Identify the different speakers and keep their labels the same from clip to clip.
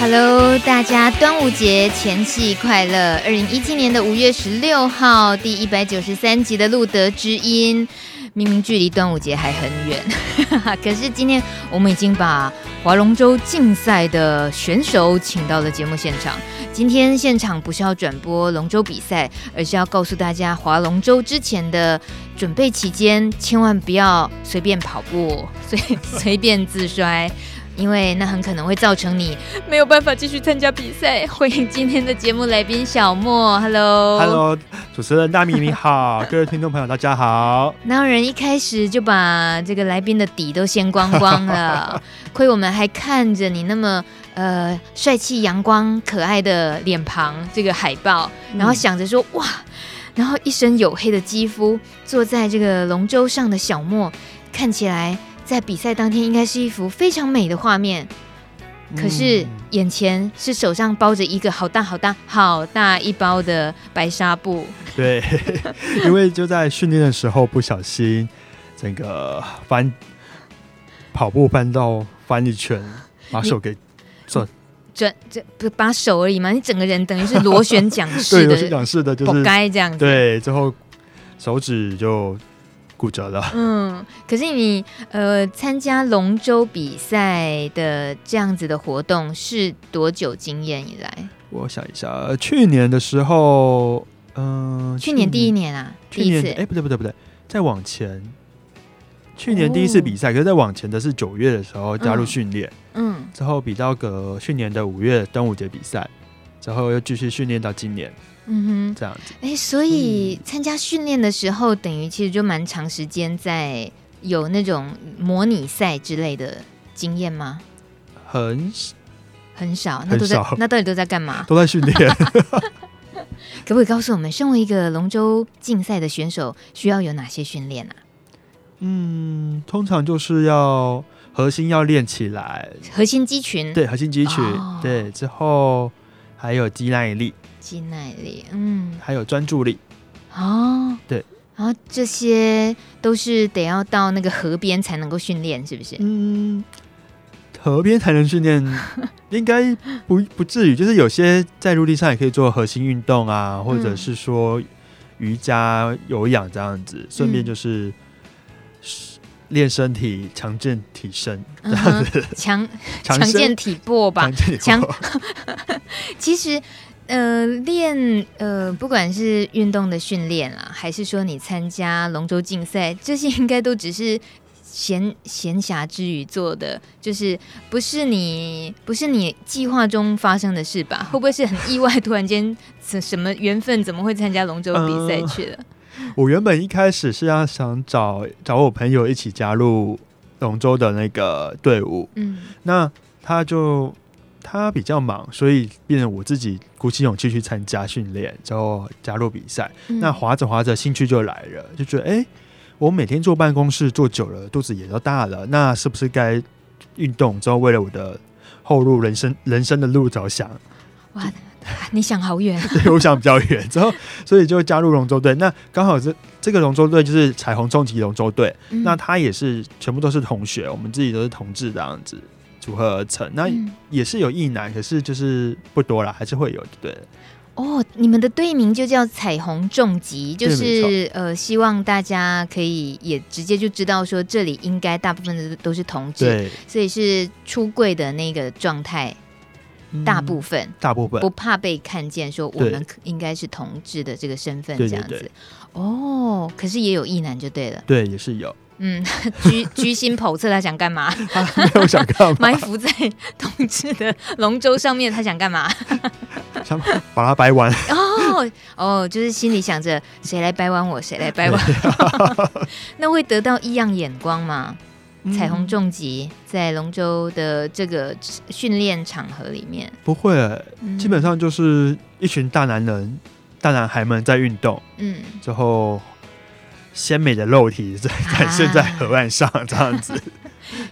Speaker 1: Hello，大家端午节前夕快乐！二零一七年的五月十六号，第一百九十三集的路德之音，明明距离端午节还很远， 可是今天我们已经把划龙舟竞赛的选手请到了节目现场。今天现场不是要转播龙舟比赛，而是要告诉大家划龙舟之前的准备期间，千万不要随便跑步， 随随便自摔。因为那很可能会造成你没有办法继续参加比赛。欢迎今天的节目来宾小莫，Hello。
Speaker 2: Hello，主持人大米你 好，各位听众朋友大家好。
Speaker 1: 哪有人一开始就把这个来宾的底都掀光光了？亏我们还看着你那么呃帅气、阳光、可爱的脸庞这个海报，然后想着说、哇，然后一身黝黑的肌肤，坐在这个龙舟上的小莫，看起来在比赛当天应该是一幅非常美的画面。可是
Speaker 2: 嗯
Speaker 1: 眼前是手上包着一个好大好大好大一包的白纱布，
Speaker 2: 对， 因为就在训练的时候不小心，整个翻跑步翻到翻一圈，把手给
Speaker 1: 转这不把手而已嘛，你整个人等于是螺旋桨
Speaker 2: 对
Speaker 1: 式
Speaker 2: 螺旋
Speaker 1: 的，
Speaker 2: 桨式的就
Speaker 1: 不
Speaker 2: 是
Speaker 1: 该这样子。
Speaker 2: 对，最后手指就骨折了。
Speaker 1: 嗯，可是你呃参加龙舟比赛的这样子的活动是多久经验以来？
Speaker 2: 我想一下，呃去年的时候，嗯、
Speaker 1: 去年第一，年啊，
Speaker 2: 去
Speaker 1: 第一
Speaker 2: 年
Speaker 1: 次。
Speaker 2: 哎、不对不对不对，再往前。去年第一次比赛，可是再往前的是九月的时候加入
Speaker 1: 哦嗯
Speaker 2: 训练，
Speaker 1: 嗯，
Speaker 2: 之后比到个去年的五月端午节比赛，之后又继续训练到今年
Speaker 1: 嗯
Speaker 2: 这样子。
Speaker 1: 哼，哎，所
Speaker 2: 嗯
Speaker 1: 以参加训练的时候，等于其实就蛮长时间在有那种模拟赛之类的经验吗？
Speaker 2: 很
Speaker 1: 很少，那
Speaker 2: 很
Speaker 1: 都在
Speaker 2: 少
Speaker 1: 那到底都在干嘛？
Speaker 2: 都在训练，
Speaker 1: 可不可以告诉我们，身为一个龙舟竞赛的选手，需要有哪些训练啊？
Speaker 2: 嗯，通常就是要核心要练起来，
Speaker 1: 核心肌群，，
Speaker 2: 对，核心肌群，
Speaker 1: 哦
Speaker 2: 对，之后还有肌耐力，
Speaker 1: 肌耐力，嗯，
Speaker 2: 还有专注力，
Speaker 1: 哦，
Speaker 2: 对，
Speaker 1: 然后这些都是得要到那个河边才能够训练，是不是？
Speaker 2: 嗯， 河边才能训练，应该不不至于，就是有些在陆地上也可以做核心运动啊，或者
Speaker 1: 嗯
Speaker 2: 是说瑜伽、有氧这样子，顺便
Speaker 1: 嗯
Speaker 2: 就是是练身体、强健体身、
Speaker 1: 嗯哼强
Speaker 2: 强
Speaker 1: 强
Speaker 2: 身
Speaker 1: 健体魄吧
Speaker 2: 强。健体
Speaker 1: 强
Speaker 2: 魄
Speaker 1: 其实，呃，练呃，不管是运动的训练啦，还是说你参加龙舟竞赛，这些应该都只是闲 闲暇之余做的，就是不是你不是你计划中发生的事吧？会不会是很意外，突然间什什么缘分，怎么会参加龙舟比赛去
Speaker 2: 呃
Speaker 1: 了？
Speaker 2: 我原本一开始是要想找找我朋友一起加入龙舟的那个队伍，
Speaker 1: 嗯
Speaker 2: 那他就他比较忙，所以变成我自己鼓起勇气去参加训练，之后加入比赛。
Speaker 1: 嗯
Speaker 2: 那划着划着，兴趣就来了，就觉得哎、诶我每天坐办公室坐久了，肚子也都大了，那是不是该运动？之后为了我的后路、人生 人生的路着想，
Speaker 1: 哇，你想好远，
Speaker 2: 对我想比较远，之后所以就加入龙舟队。那刚好这这个龙舟队就是彩虹终极龙舟队，
Speaker 1: 嗯
Speaker 2: 那他也是全部都是同学， 我们自己都是同志这样子组合而成。那
Speaker 1: 嗯
Speaker 2: 也是有意男，可是就是不多啦，还是会有的。对，
Speaker 1: 哦，你们的队名就叫彩虹重疾，就
Speaker 2: 对
Speaker 1: 是呃，希望大家可以也直接就知道说这里应该大部分的都是同志，
Speaker 2: 对，
Speaker 1: 所以是出柜的那个状态，
Speaker 2: 嗯
Speaker 1: 大部分。
Speaker 2: 大部分
Speaker 1: 不怕被看见，说我
Speaker 2: 对
Speaker 1: 们可应该是同志的这个身份
Speaker 2: 对
Speaker 1: 这
Speaker 2: 对
Speaker 1: 样子
Speaker 2: 对
Speaker 1: 哦，可是也有异男就对了，
Speaker 2: 对也 是有，啊
Speaker 1: 嗯，居居心叵测，他想干嘛？
Speaker 2: 没有想干 嘛，
Speaker 1: 埋伏在同志的龙舟上面，他想干嘛？
Speaker 2: 想把它掰完。
Speaker 1: 哦哦，就是心里想着 谁来掰弯我，谁来掰弯我，那会得到异样眼光吗？ 彩虹重击在龙舟的这个训练场合里面，
Speaker 2: 嗯不会、
Speaker 1: 嗯
Speaker 2: 基本上就是一群大男人、大男孩们在运动，
Speaker 1: 嗯，
Speaker 2: 之后鲜美的肉体在
Speaker 1: 啊
Speaker 2: 展现在河岸上，这样子。
Speaker 1: 嗯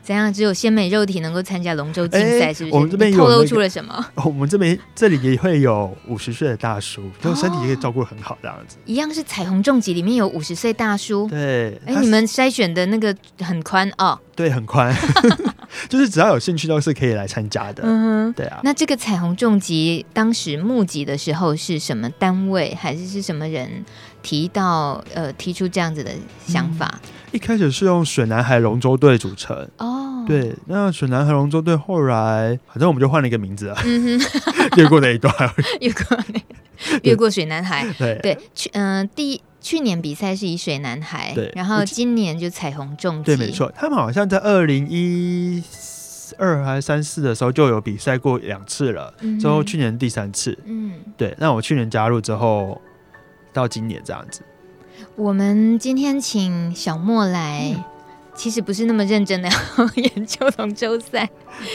Speaker 1: 怎样？只有鲜美肉体能够参加龙舟竞赛，
Speaker 2: 哎
Speaker 1: 是不是？
Speaker 2: 我们这边
Speaker 1: 你
Speaker 2: 有
Speaker 1: 透
Speaker 2: 那
Speaker 1: 露
Speaker 2: 个
Speaker 1: 出了什么？
Speaker 2: 我们这边这里也会有五十岁的大叔，就身体可以照顾得很好这样子。
Speaker 1: 一样是彩虹重击，里面有五十岁大叔。
Speaker 2: 对，
Speaker 1: 哎，
Speaker 2: 他
Speaker 1: 你们筛选的那个很宽哦。
Speaker 2: 对很宽， 就是只要有兴趣都是可以来参加的。
Speaker 1: 嗯哼。
Speaker 2: 对啊，
Speaker 1: 那这个彩虹重击当时募集的时候是什么单位，还是是什么人提到呃提出这样子的想法？
Speaker 2: 一开始是用水南海龙舟队组成。
Speaker 1: 哦，，
Speaker 2: 对，那水南海龙舟队后来，反正我们就换了一个名字啊，
Speaker 1: 嗯哼，
Speaker 2: 略过那 一段。
Speaker 1: 越过那越过水男孩，
Speaker 2: 对，
Speaker 1: 对，去嗯、第去年比赛是以水男孩，
Speaker 2: 对
Speaker 1: 然
Speaker 2: 我
Speaker 1: 后
Speaker 2: 记
Speaker 1: 今年就彩虹重击，
Speaker 2: 对，没，错，他们好像在二零一二还是三四的时候就有比赛过两次了，
Speaker 1: 嗯
Speaker 2: 之后去年第三次。
Speaker 1: 嗯。
Speaker 2: 对，那我去年加入之后，到今年这样子。
Speaker 1: 我们今天请小莫来，
Speaker 2: 嗯
Speaker 1: 其实不是那么认真的 研究龙舟赛，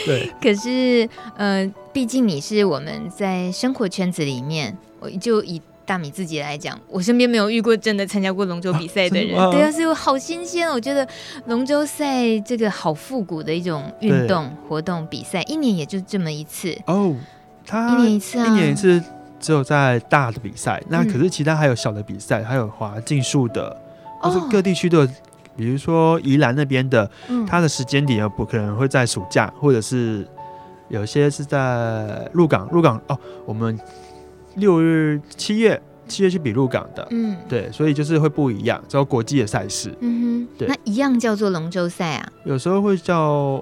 Speaker 2: 对，
Speaker 1: 可是呃，毕竟你是我们在生活圈子里面，我就以。大米自己来讲，我身边没有遇过真的参加过龙舟比赛的 人，
Speaker 2: 啊真的吗
Speaker 1: 对啊，所以我好新鲜哦。我觉得龙舟赛这个好复古的一种运动活动比赛，一年也就这么一次，
Speaker 2: 哦，
Speaker 1: 一
Speaker 2: 他
Speaker 1: 年一次啊，
Speaker 2: 一年一次只有在大的比赛，那
Speaker 1: 嗯
Speaker 2: 可是其他还有小的比赛，还有滑竞速的，或是
Speaker 1: 哦，
Speaker 2: 各地区的。比如说宜兰那边的，
Speaker 1: 嗯
Speaker 2: 它的时间点有不可能会在暑假，或者是有些是在鹿港，鹿港哦，我们六日七月七月去比鹿港的，
Speaker 1: 嗯
Speaker 2: 对，所以就是会不一样，只有国际的赛事，
Speaker 1: 嗯哼，
Speaker 2: 对
Speaker 1: 那一样叫做龙舟赛啊，
Speaker 2: 有时候会叫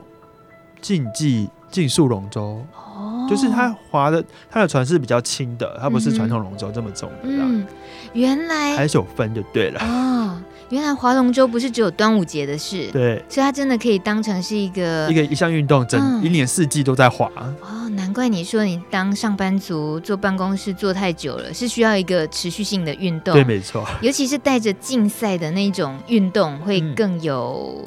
Speaker 2: 竞技竞速龙舟，
Speaker 1: 哦，
Speaker 2: 就是它划的它的船是比较轻的，它不是
Speaker 1: 嗯哼
Speaker 2: 传统龙舟这么重的啦，
Speaker 1: 嗯，原来
Speaker 2: 还是有分就对了。
Speaker 1: 哦，原来划龙舟不是只有端午节的事，
Speaker 2: 对，
Speaker 1: 所以它真的可以当成是一个
Speaker 2: 一个一项运动，整
Speaker 1: 嗯
Speaker 2: 一年四季都在滑。
Speaker 1: 哦，难怪你说你当上班族坐办公室坐太久了，是需要一个持续性的运动
Speaker 2: 对，，没错，
Speaker 1: 尤其是带着竞赛的那种运动，会
Speaker 2: 嗯
Speaker 1: 更有、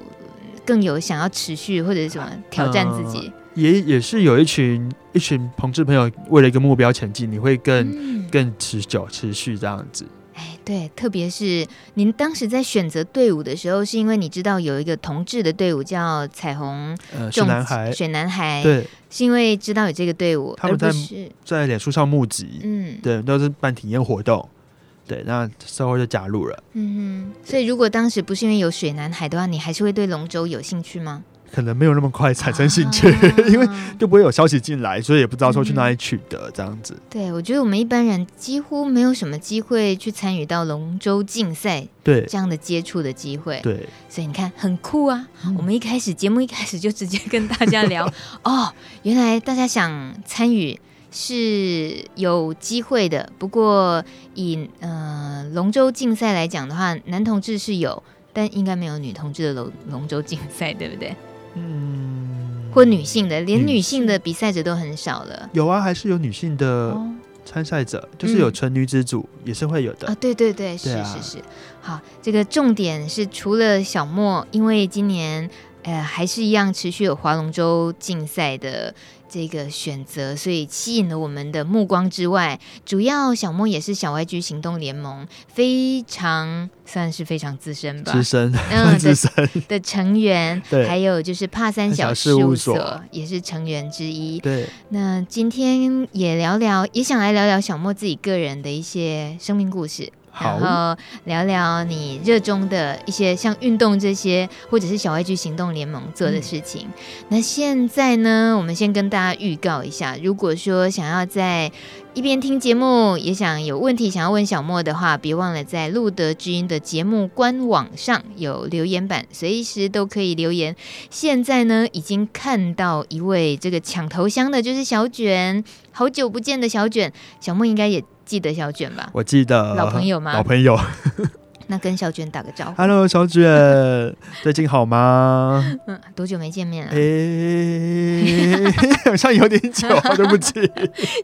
Speaker 1: 更有想要持续或者是什么挑战自己，
Speaker 2: 也也是有一群一群同志朋友为了一个目标前进，你会更、
Speaker 1: 嗯，
Speaker 2: 更持久、持续这样子。
Speaker 1: 哎，对，特别是您当时在选择队伍的时候，是因为你知道有一个同志的队伍叫彩虹
Speaker 2: 呃，是
Speaker 1: 重
Speaker 2: 男孩，
Speaker 1: 选男孩，
Speaker 2: 对，
Speaker 1: 是因为知道有这个队伍，
Speaker 2: 他们在
Speaker 1: 而不是
Speaker 2: 在脸书上募集，
Speaker 1: 嗯
Speaker 2: 对，都是办体验活动，对，那稍后就加入了。
Speaker 1: 嗯哼，所以如果当时不是因为有水男孩的话，你还是会对龙舟有兴趣吗？
Speaker 2: 可能没有那么快产生兴趣，
Speaker 1: 啊
Speaker 2: 因为就不会有消息进来，所以也不知道说去哪里取得这样子。
Speaker 1: 对我觉得我们一般人几乎没有什么机会去参与到龙舟竞赛
Speaker 2: 对
Speaker 1: 这样的接触的机会，
Speaker 2: 对，嗯
Speaker 1: 所以你看很酷啊！我们一开始节目一开始就直接跟大家 聊哦，原来大家想参与是有机会的。不过以呃龙舟竞赛来讲的话，男同志是有，但应该没有女同志的龙龙舟竞赛，对不对？
Speaker 2: 嗯，
Speaker 1: 或女性的，连
Speaker 2: 女
Speaker 1: 女性的比赛者都很少了。
Speaker 2: 有啊，还是有女性的
Speaker 1: 哦
Speaker 2: 参赛者，就是有
Speaker 1: 嗯
Speaker 2: 纯女子组也是会有的。
Speaker 1: 啊，对对对，是
Speaker 2: 对啊
Speaker 1: 是是。好，这个重点是除了小莫，因为今年呃还是一样持续有划龙舟竞赛的这个选择，所以吸引了我们的目光之外，主要小莫也是小 YG 行动联盟非常算是非常资深吧
Speaker 2: 资深，
Speaker 1: 嗯
Speaker 2: 资深，
Speaker 1: 的成员，
Speaker 2: 对
Speaker 1: 还有就是帕三
Speaker 2: 小
Speaker 1: 小
Speaker 2: 事务
Speaker 1: 务
Speaker 2: 所
Speaker 1: 所也是成员之一。
Speaker 2: 对，
Speaker 1: 那今天也聊聊，也想来聊聊小莫自己个人的一些生命故事。然
Speaker 2: 好，
Speaker 1: 后聊聊你热衷的一些像运动这些，或者是小 YG 行动联盟做的事情。那现在呢，我们先跟大家预告一下，如果说想要在一边听节目，也想有问题想要问小莫的话，别忘了在路德之音的节目官网上有留言板，随时都可以留言。现在呢，已经看到一位这个抢头香的，就是小卷，好久不见的小卷，小莫应该也记得小卷吧？
Speaker 2: 我记 得
Speaker 1: 老朋友吗
Speaker 2: 老朋友，
Speaker 1: 那跟小卷打个招呼。
Speaker 2: Hello，小卷，最近好吗？
Speaker 1: 嗯，多久没见面
Speaker 2: 哎
Speaker 1: 了？嗯
Speaker 2: 诶、 好像有点久，对 不起。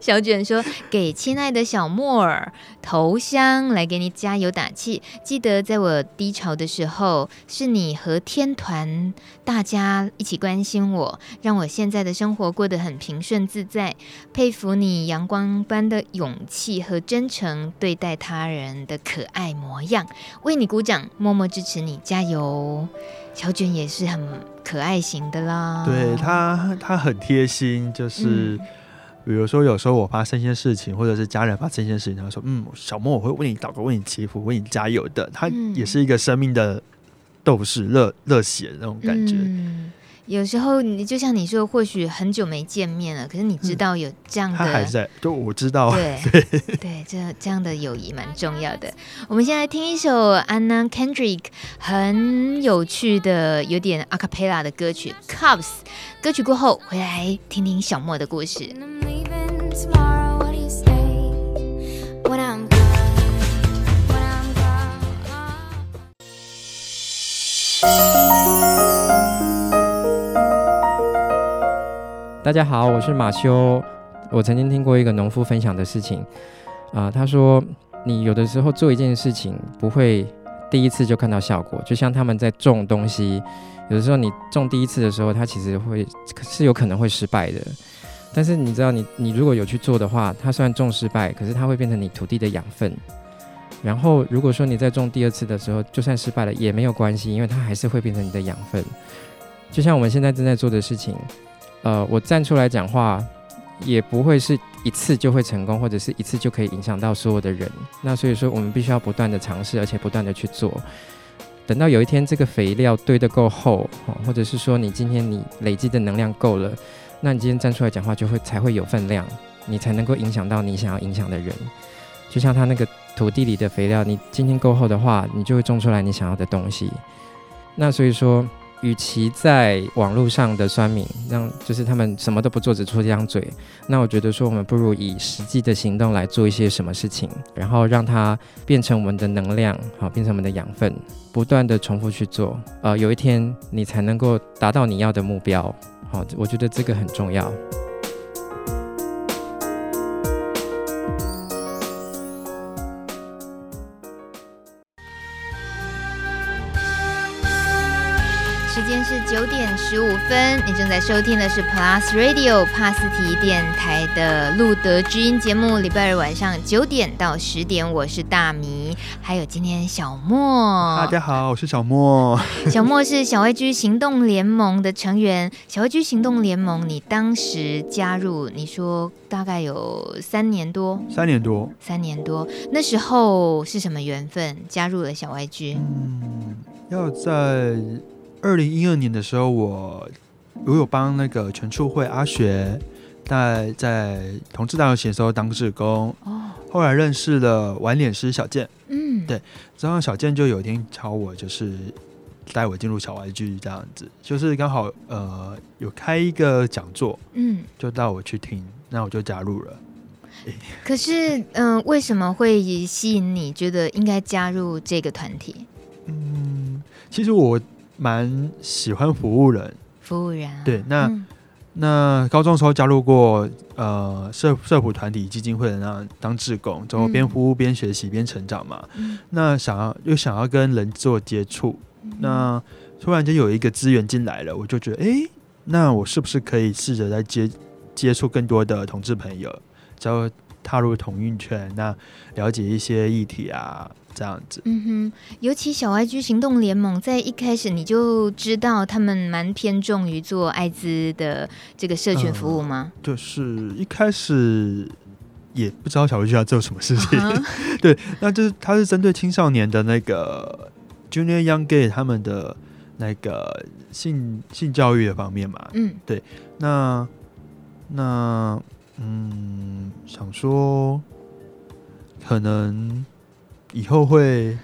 Speaker 1: 小卷说：“给亲爱的小莫儿投香，来给你加油打气。记得在我低潮的时候，是你和天团大家一起关心我，让我现在的生活过得很平顺自在。佩服你阳光般的勇气和真诚对待他人的可爱模样，为你鼓掌，默默支持你，加油！”小卷也是很可爱型的啦，
Speaker 2: 对他，他很贴心，就
Speaker 1: 哦
Speaker 2: 是、
Speaker 1: 嗯
Speaker 2: 比如说有时候我发生一些事情，或者是家人发生一些事情，他说：“嗯，小莫，我会为你祷告，为你祈福，为你加油的。”他
Speaker 1: 嗯
Speaker 2: 也是一个生命的斗士，热热血那种感觉。
Speaker 1: 嗯有时候你就像你说，或许很久没见面了，可是你知道有这样的，
Speaker 2: 嗯他还在，哦就我知道，
Speaker 1: 嗯对对，这这样的友谊蛮重要的。我们先来听一首 Anna Kendrick 很有趣的、有点 a cappella 的歌曲《Cups》。歌曲过后，回来听听小莫的故事。
Speaker 3: When I'm leaving tomorrow, what do you say? When I'm gone, when I'm gone.
Speaker 4: 大家好，我是马修。我曾经听过一个农夫分享的事情，啊、他说你有的时候做一件事情不会第一次就看到效果，就像他们在种东西，有的时候你种第一次的时候，它其实会是有可能会失败的。但是你知道你，你如果有去做的话，它虽然种失败，可是它会变成你土地的养分。然后如果说你在种第二次的时候，就算失败了也没有关系，因为它还是会变成你的养分。就像我们现在正在做的事情，呃，我站出来讲话，也不会是一次就会成功，或者是一次就可以影响到所有的人。那所以说，我们必须要不断的尝试，而且不断的去做。等到有一天这个肥料堆得够厚，哦或者是说你今天你累积的能量够了，那你今天站出来讲话就会才会有分量，你才能够影响到你想要影响的人。就像他那个土地里的肥料，你今天够厚的话，你就会种出来你想要的东西。那所以说，与其在网络上的酸民让就是他们什么都不做，只出一张嘴，那我觉得说我们不如以实际的行动来做一些什么事情，然后让它变成我们的能量，好，变成我们的养分，不断的重复去做，呃，有一天你才能够达到你要的目标，好，我觉得这个很重要。
Speaker 1: 时间是九点十五分，你正在收听的是 Plus Radio 帕斯提电台的路德之音节目，礼拜二晚上九点到十点，我是大米，还有今天小莫，
Speaker 2: 大家好，我是小莫。
Speaker 1: 小莫是小 A G 行动联盟的成员。小 A G 行动联盟，你当时加入，你说大概有三年多，
Speaker 2: 三年多，
Speaker 1: 三年多。那时候是什么缘分加入了小 A G？
Speaker 2: 嗯，要在二零一二年的时候，我我有帮那个全处会阿学在在同志大游行的时候当志工，
Speaker 1: 哦，
Speaker 2: 后来认识了晚脸师小健，
Speaker 1: 嗯，
Speaker 2: 对然后小健就有一天找我，就是带我进入小 YG 这样子，就是刚好呃有开一个讲座，
Speaker 1: 嗯。
Speaker 2: 就带我去听，那我就加入了。
Speaker 1: 可是，嗯、为什么会吸引你觉得应该加入这个团体？
Speaker 2: 嗯，其实我蛮喜欢服务人，
Speaker 1: 服务人、啊？
Speaker 2: 对，那、
Speaker 1: 嗯
Speaker 2: 那高中的时候加入过呃社社普团体基金会的那当志工，之后
Speaker 1: 嗯
Speaker 2: 边服务边学习边成长嘛，
Speaker 1: 嗯
Speaker 2: 那想要又想要跟人做接触，那突然间有一个资源进来了，我就觉得，诶，那我是不是可以试着再接接触更多的同志朋友，然后踏入同运圈，那了解一些议题啊，这样子。
Speaker 1: 嗯哼，尤其小 YG 行动联盟在一开始你就知道他们蛮偏重于做艾滋的这个社群服务吗？
Speaker 2: 就是一开始也不知道小鱼要做什么事情，
Speaker 1: 啊
Speaker 2: 对，那就是他是针对青少年的那个 Junior Young Gay 他们的那个性性教育的方面嘛，
Speaker 1: 嗯
Speaker 2: 那那嗯，想说可能以后会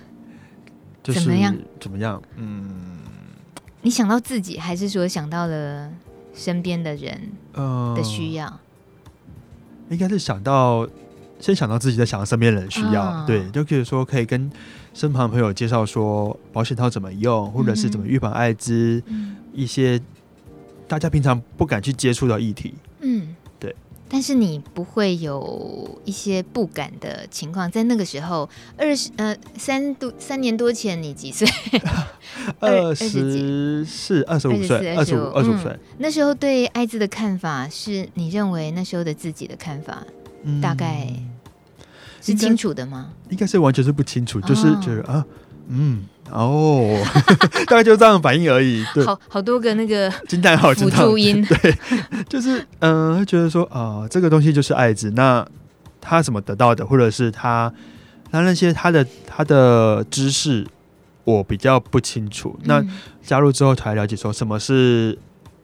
Speaker 2: 就是
Speaker 1: 怎么样
Speaker 2: 怎么样？嗯
Speaker 1: 你想到自己，还是说想到了身边的人
Speaker 2: 呃
Speaker 1: 的需要？
Speaker 2: 应该是想到先想到自己在想到身边人的需要，
Speaker 1: 啊
Speaker 2: 对，就比如说可以跟身旁朋友介绍说保险套怎么用，或者是怎么预防艾滋，
Speaker 1: 嗯
Speaker 2: 一些大家平常不敢去接触的议题。
Speaker 1: 嗯，
Speaker 2: 对。
Speaker 1: 但是你不会有一些不敢的情况，在那个时候，二十呃三多三年多前你几岁？二
Speaker 2: 二十四、二十五岁、
Speaker 1: 二
Speaker 2: 二
Speaker 1: 十
Speaker 2: 十
Speaker 1: 五
Speaker 2: 五、二十五
Speaker 1: 嗯
Speaker 2: 岁，
Speaker 1: 那时候对艾滋的看法是你认为那时候的自己的看法
Speaker 2: 嗯
Speaker 1: 大概是
Speaker 2: 应该
Speaker 1: 清楚的吗？
Speaker 2: 应该是完全是不清楚，就是
Speaker 1: 哦
Speaker 2: 觉得啊，嗯，哦， 大概就这样的反应而已。对，
Speaker 1: 好好多个那个
Speaker 2: 惊叹号，
Speaker 1: 辅
Speaker 2: 惊叹号
Speaker 1: 助，音，
Speaker 2: 就是嗯，会觉得说啊、这个东西就是爱子，那他怎么得到的，或者是他他那些他的他的知识，我比较不清楚。那
Speaker 1: 嗯
Speaker 2: 加入之后才了解说什么是。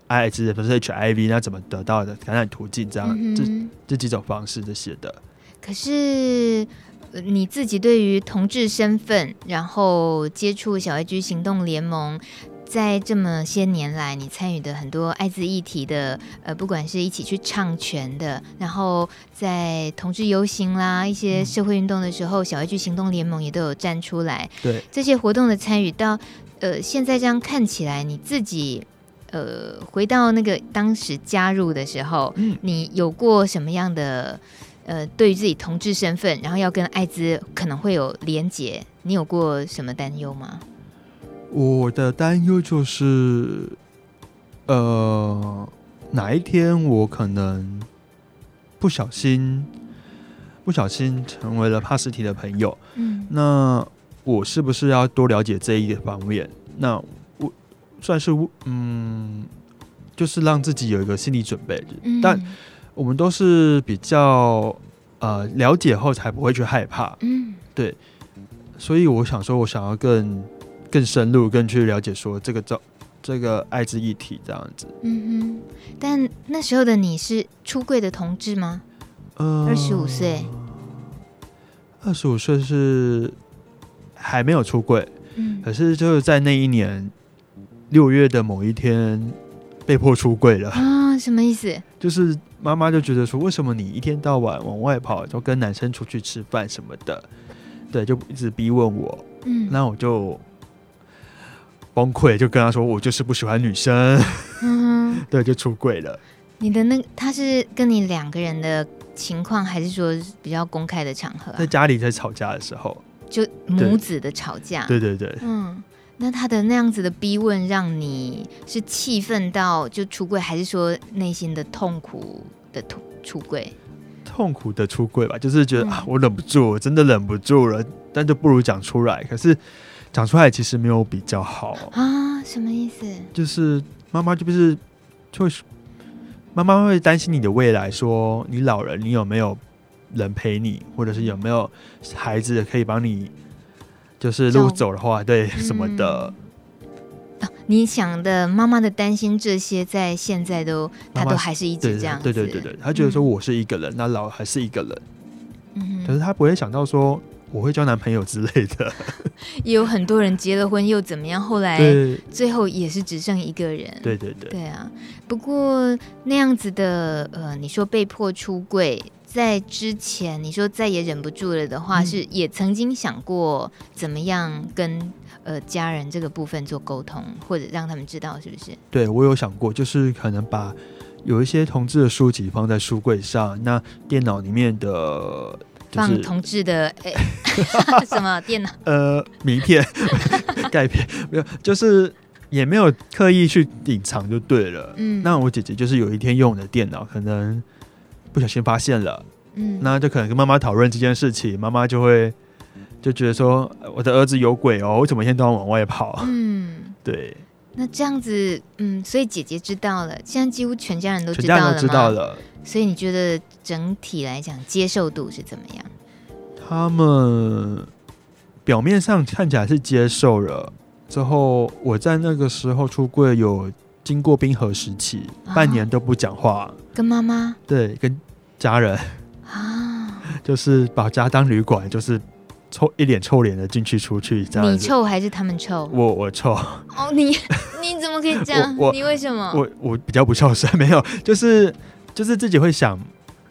Speaker 2: 艾滋，不是 HIV，那怎么得到的感染途径？这样、
Speaker 1: 嗯
Speaker 2: 这
Speaker 1: 哼
Speaker 2: 这几种方式这些的，
Speaker 1: 可是呃你自己对于同志身份，然后接触小 A G 行动联盟。在这么些年来，你参与的很多艾滋议题的，呃，不管是一起去唱权的，然后在同志游行啦、一些
Speaker 2: 嗯
Speaker 1: 社会运动的时候，小 A G 行动联盟也都有站出来。
Speaker 2: 对
Speaker 1: 这些活动的参与到，呃，现在这样看起来，你自己，呃，回到那个当时加入的时候，
Speaker 2: 嗯，
Speaker 1: 你有过什么样的呃，对于自己同志身份，然后要跟艾滋可能会有连结，你有过什么担忧吗？
Speaker 2: 我的担忧就是，呃，哪一天我可能不小心不小心成为了帕斯提的朋友，
Speaker 1: 嗯
Speaker 2: 那我是不是要多了解这一方面？那我算是嗯，就是让自己有一个心理准备。
Speaker 1: 嗯
Speaker 2: 但我们都是比较呃了解后才不会去害怕，
Speaker 1: 嗯
Speaker 2: 所以我想说，我想要更更深入、更去了解说这个这这个艾滋议题这样子。
Speaker 1: 嗯哼，但那时候的你是出柜的同志吗？
Speaker 2: 嗯、呃，
Speaker 1: 25岁，
Speaker 2: 二十五岁是还没有出柜，
Speaker 1: 嗯
Speaker 2: 可是就是在那一年六月的某一天被迫出柜了。
Speaker 1: 啊，什么意思？
Speaker 2: 就是妈妈就觉得说，为什么你一天到晚往外跑，就跟男生出去吃饭什么的，对，就一直逼问我，
Speaker 1: 嗯
Speaker 2: 那我就崩溃，就跟他说我就是不喜欢女生。
Speaker 1: 嗯哼，
Speaker 2: 对，就出柜了。
Speaker 1: 你的那他是跟你两个人的情况，还是说比较公开的场合啊、
Speaker 2: 在家里在吵架的时候，
Speaker 1: 就母子的吵架？
Speaker 2: 对对对，
Speaker 1: 嗯，那他的那样子的逼问，让你是气愤到就出柜，还是说内心的痛苦的出出柜？
Speaker 2: 痛苦的出柜吧，就是觉得、
Speaker 1: 嗯
Speaker 2: 啊，我忍不住，我真的忍不住了，但就不如讲出来。可是讲出来其实没有比较好，
Speaker 1: 啊，什么意思？
Speaker 2: 就是妈妈就不是就是妈妈会担心你的未来，说你老人你有没有人陪你，或者是有没有孩子可以帮你，就是路
Speaker 1: 照顾
Speaker 2: 走的话，对、
Speaker 1: 嗯
Speaker 2: 什么的，
Speaker 1: 啊你想的妈妈的担心这些，在现在都
Speaker 2: 妈
Speaker 1: 他
Speaker 2: 妈
Speaker 1: 都
Speaker 2: 是
Speaker 1: 还是一
Speaker 2: 对
Speaker 1: 直这样
Speaker 2: 对对对对，她觉得说
Speaker 1: 嗯
Speaker 2: 我是一个人，那老了还是一个人。
Speaker 1: 嗯
Speaker 2: 可是
Speaker 1: 哼，
Speaker 2: 她不会想到说我会交男朋友之类 的。
Speaker 1: 也有很多人结了婚又怎么样，后来
Speaker 2: 对
Speaker 1: 最后也是只剩一个人。
Speaker 2: 对对对，
Speaker 1: 哎嗯对啊，不过那样子的，呃，你说被迫出柜，在之前你说再也忍不住了的话，
Speaker 2: 嗯
Speaker 1: 是也曾经想过怎么样跟呃家人这个部分做沟通，或者让他们知道，是不是？
Speaker 2: 对我有想过，就是可能把有一些同志的书籍放在书柜上，那电脑里面的。就
Speaker 1: 放
Speaker 2: 是
Speaker 1: 同志 的哎、 什么电脑？
Speaker 2: 呃，名 片 钙片没有，就是也没有刻意去隐藏就对了。
Speaker 1: 嗯，
Speaker 2: 那我姐姐就是有一天用我的电脑，可能不小心发现了，
Speaker 1: 嗯
Speaker 2: 那就可能跟妈妈讨论这件事情，妈妈就会就觉得说呃我的儿子有鬼哦，我怎么一天都要往外跑？
Speaker 1: 嗯，
Speaker 2: 对，
Speaker 1: 那这样子，嗯，所以姐姐知道了，现在几乎全家人都
Speaker 2: 全
Speaker 1: 知
Speaker 2: 家
Speaker 1: 道了
Speaker 2: 人
Speaker 1: 吗？
Speaker 2: 都知道了。
Speaker 1: 所以你觉得整体来讲接受度是怎么样？
Speaker 2: 他们表面上看起来是接受了，之后我在那个时候出柜有经过冰河时期，
Speaker 1: 啊
Speaker 2: 半年都不讲话，
Speaker 1: 跟妈妈
Speaker 2: 对，跟家人
Speaker 1: 啊。
Speaker 2: 就是把家当旅馆，就是臭一脸臭脸的进去出去这样
Speaker 1: 你
Speaker 2: 子。
Speaker 1: 臭还是他们臭？
Speaker 2: 我我臭，
Speaker 1: 哦，你你怎么可以这样
Speaker 2: 我？我
Speaker 1: 嗯你为什么？
Speaker 2: 我我比较不孝顺，没有，就是就是自己会想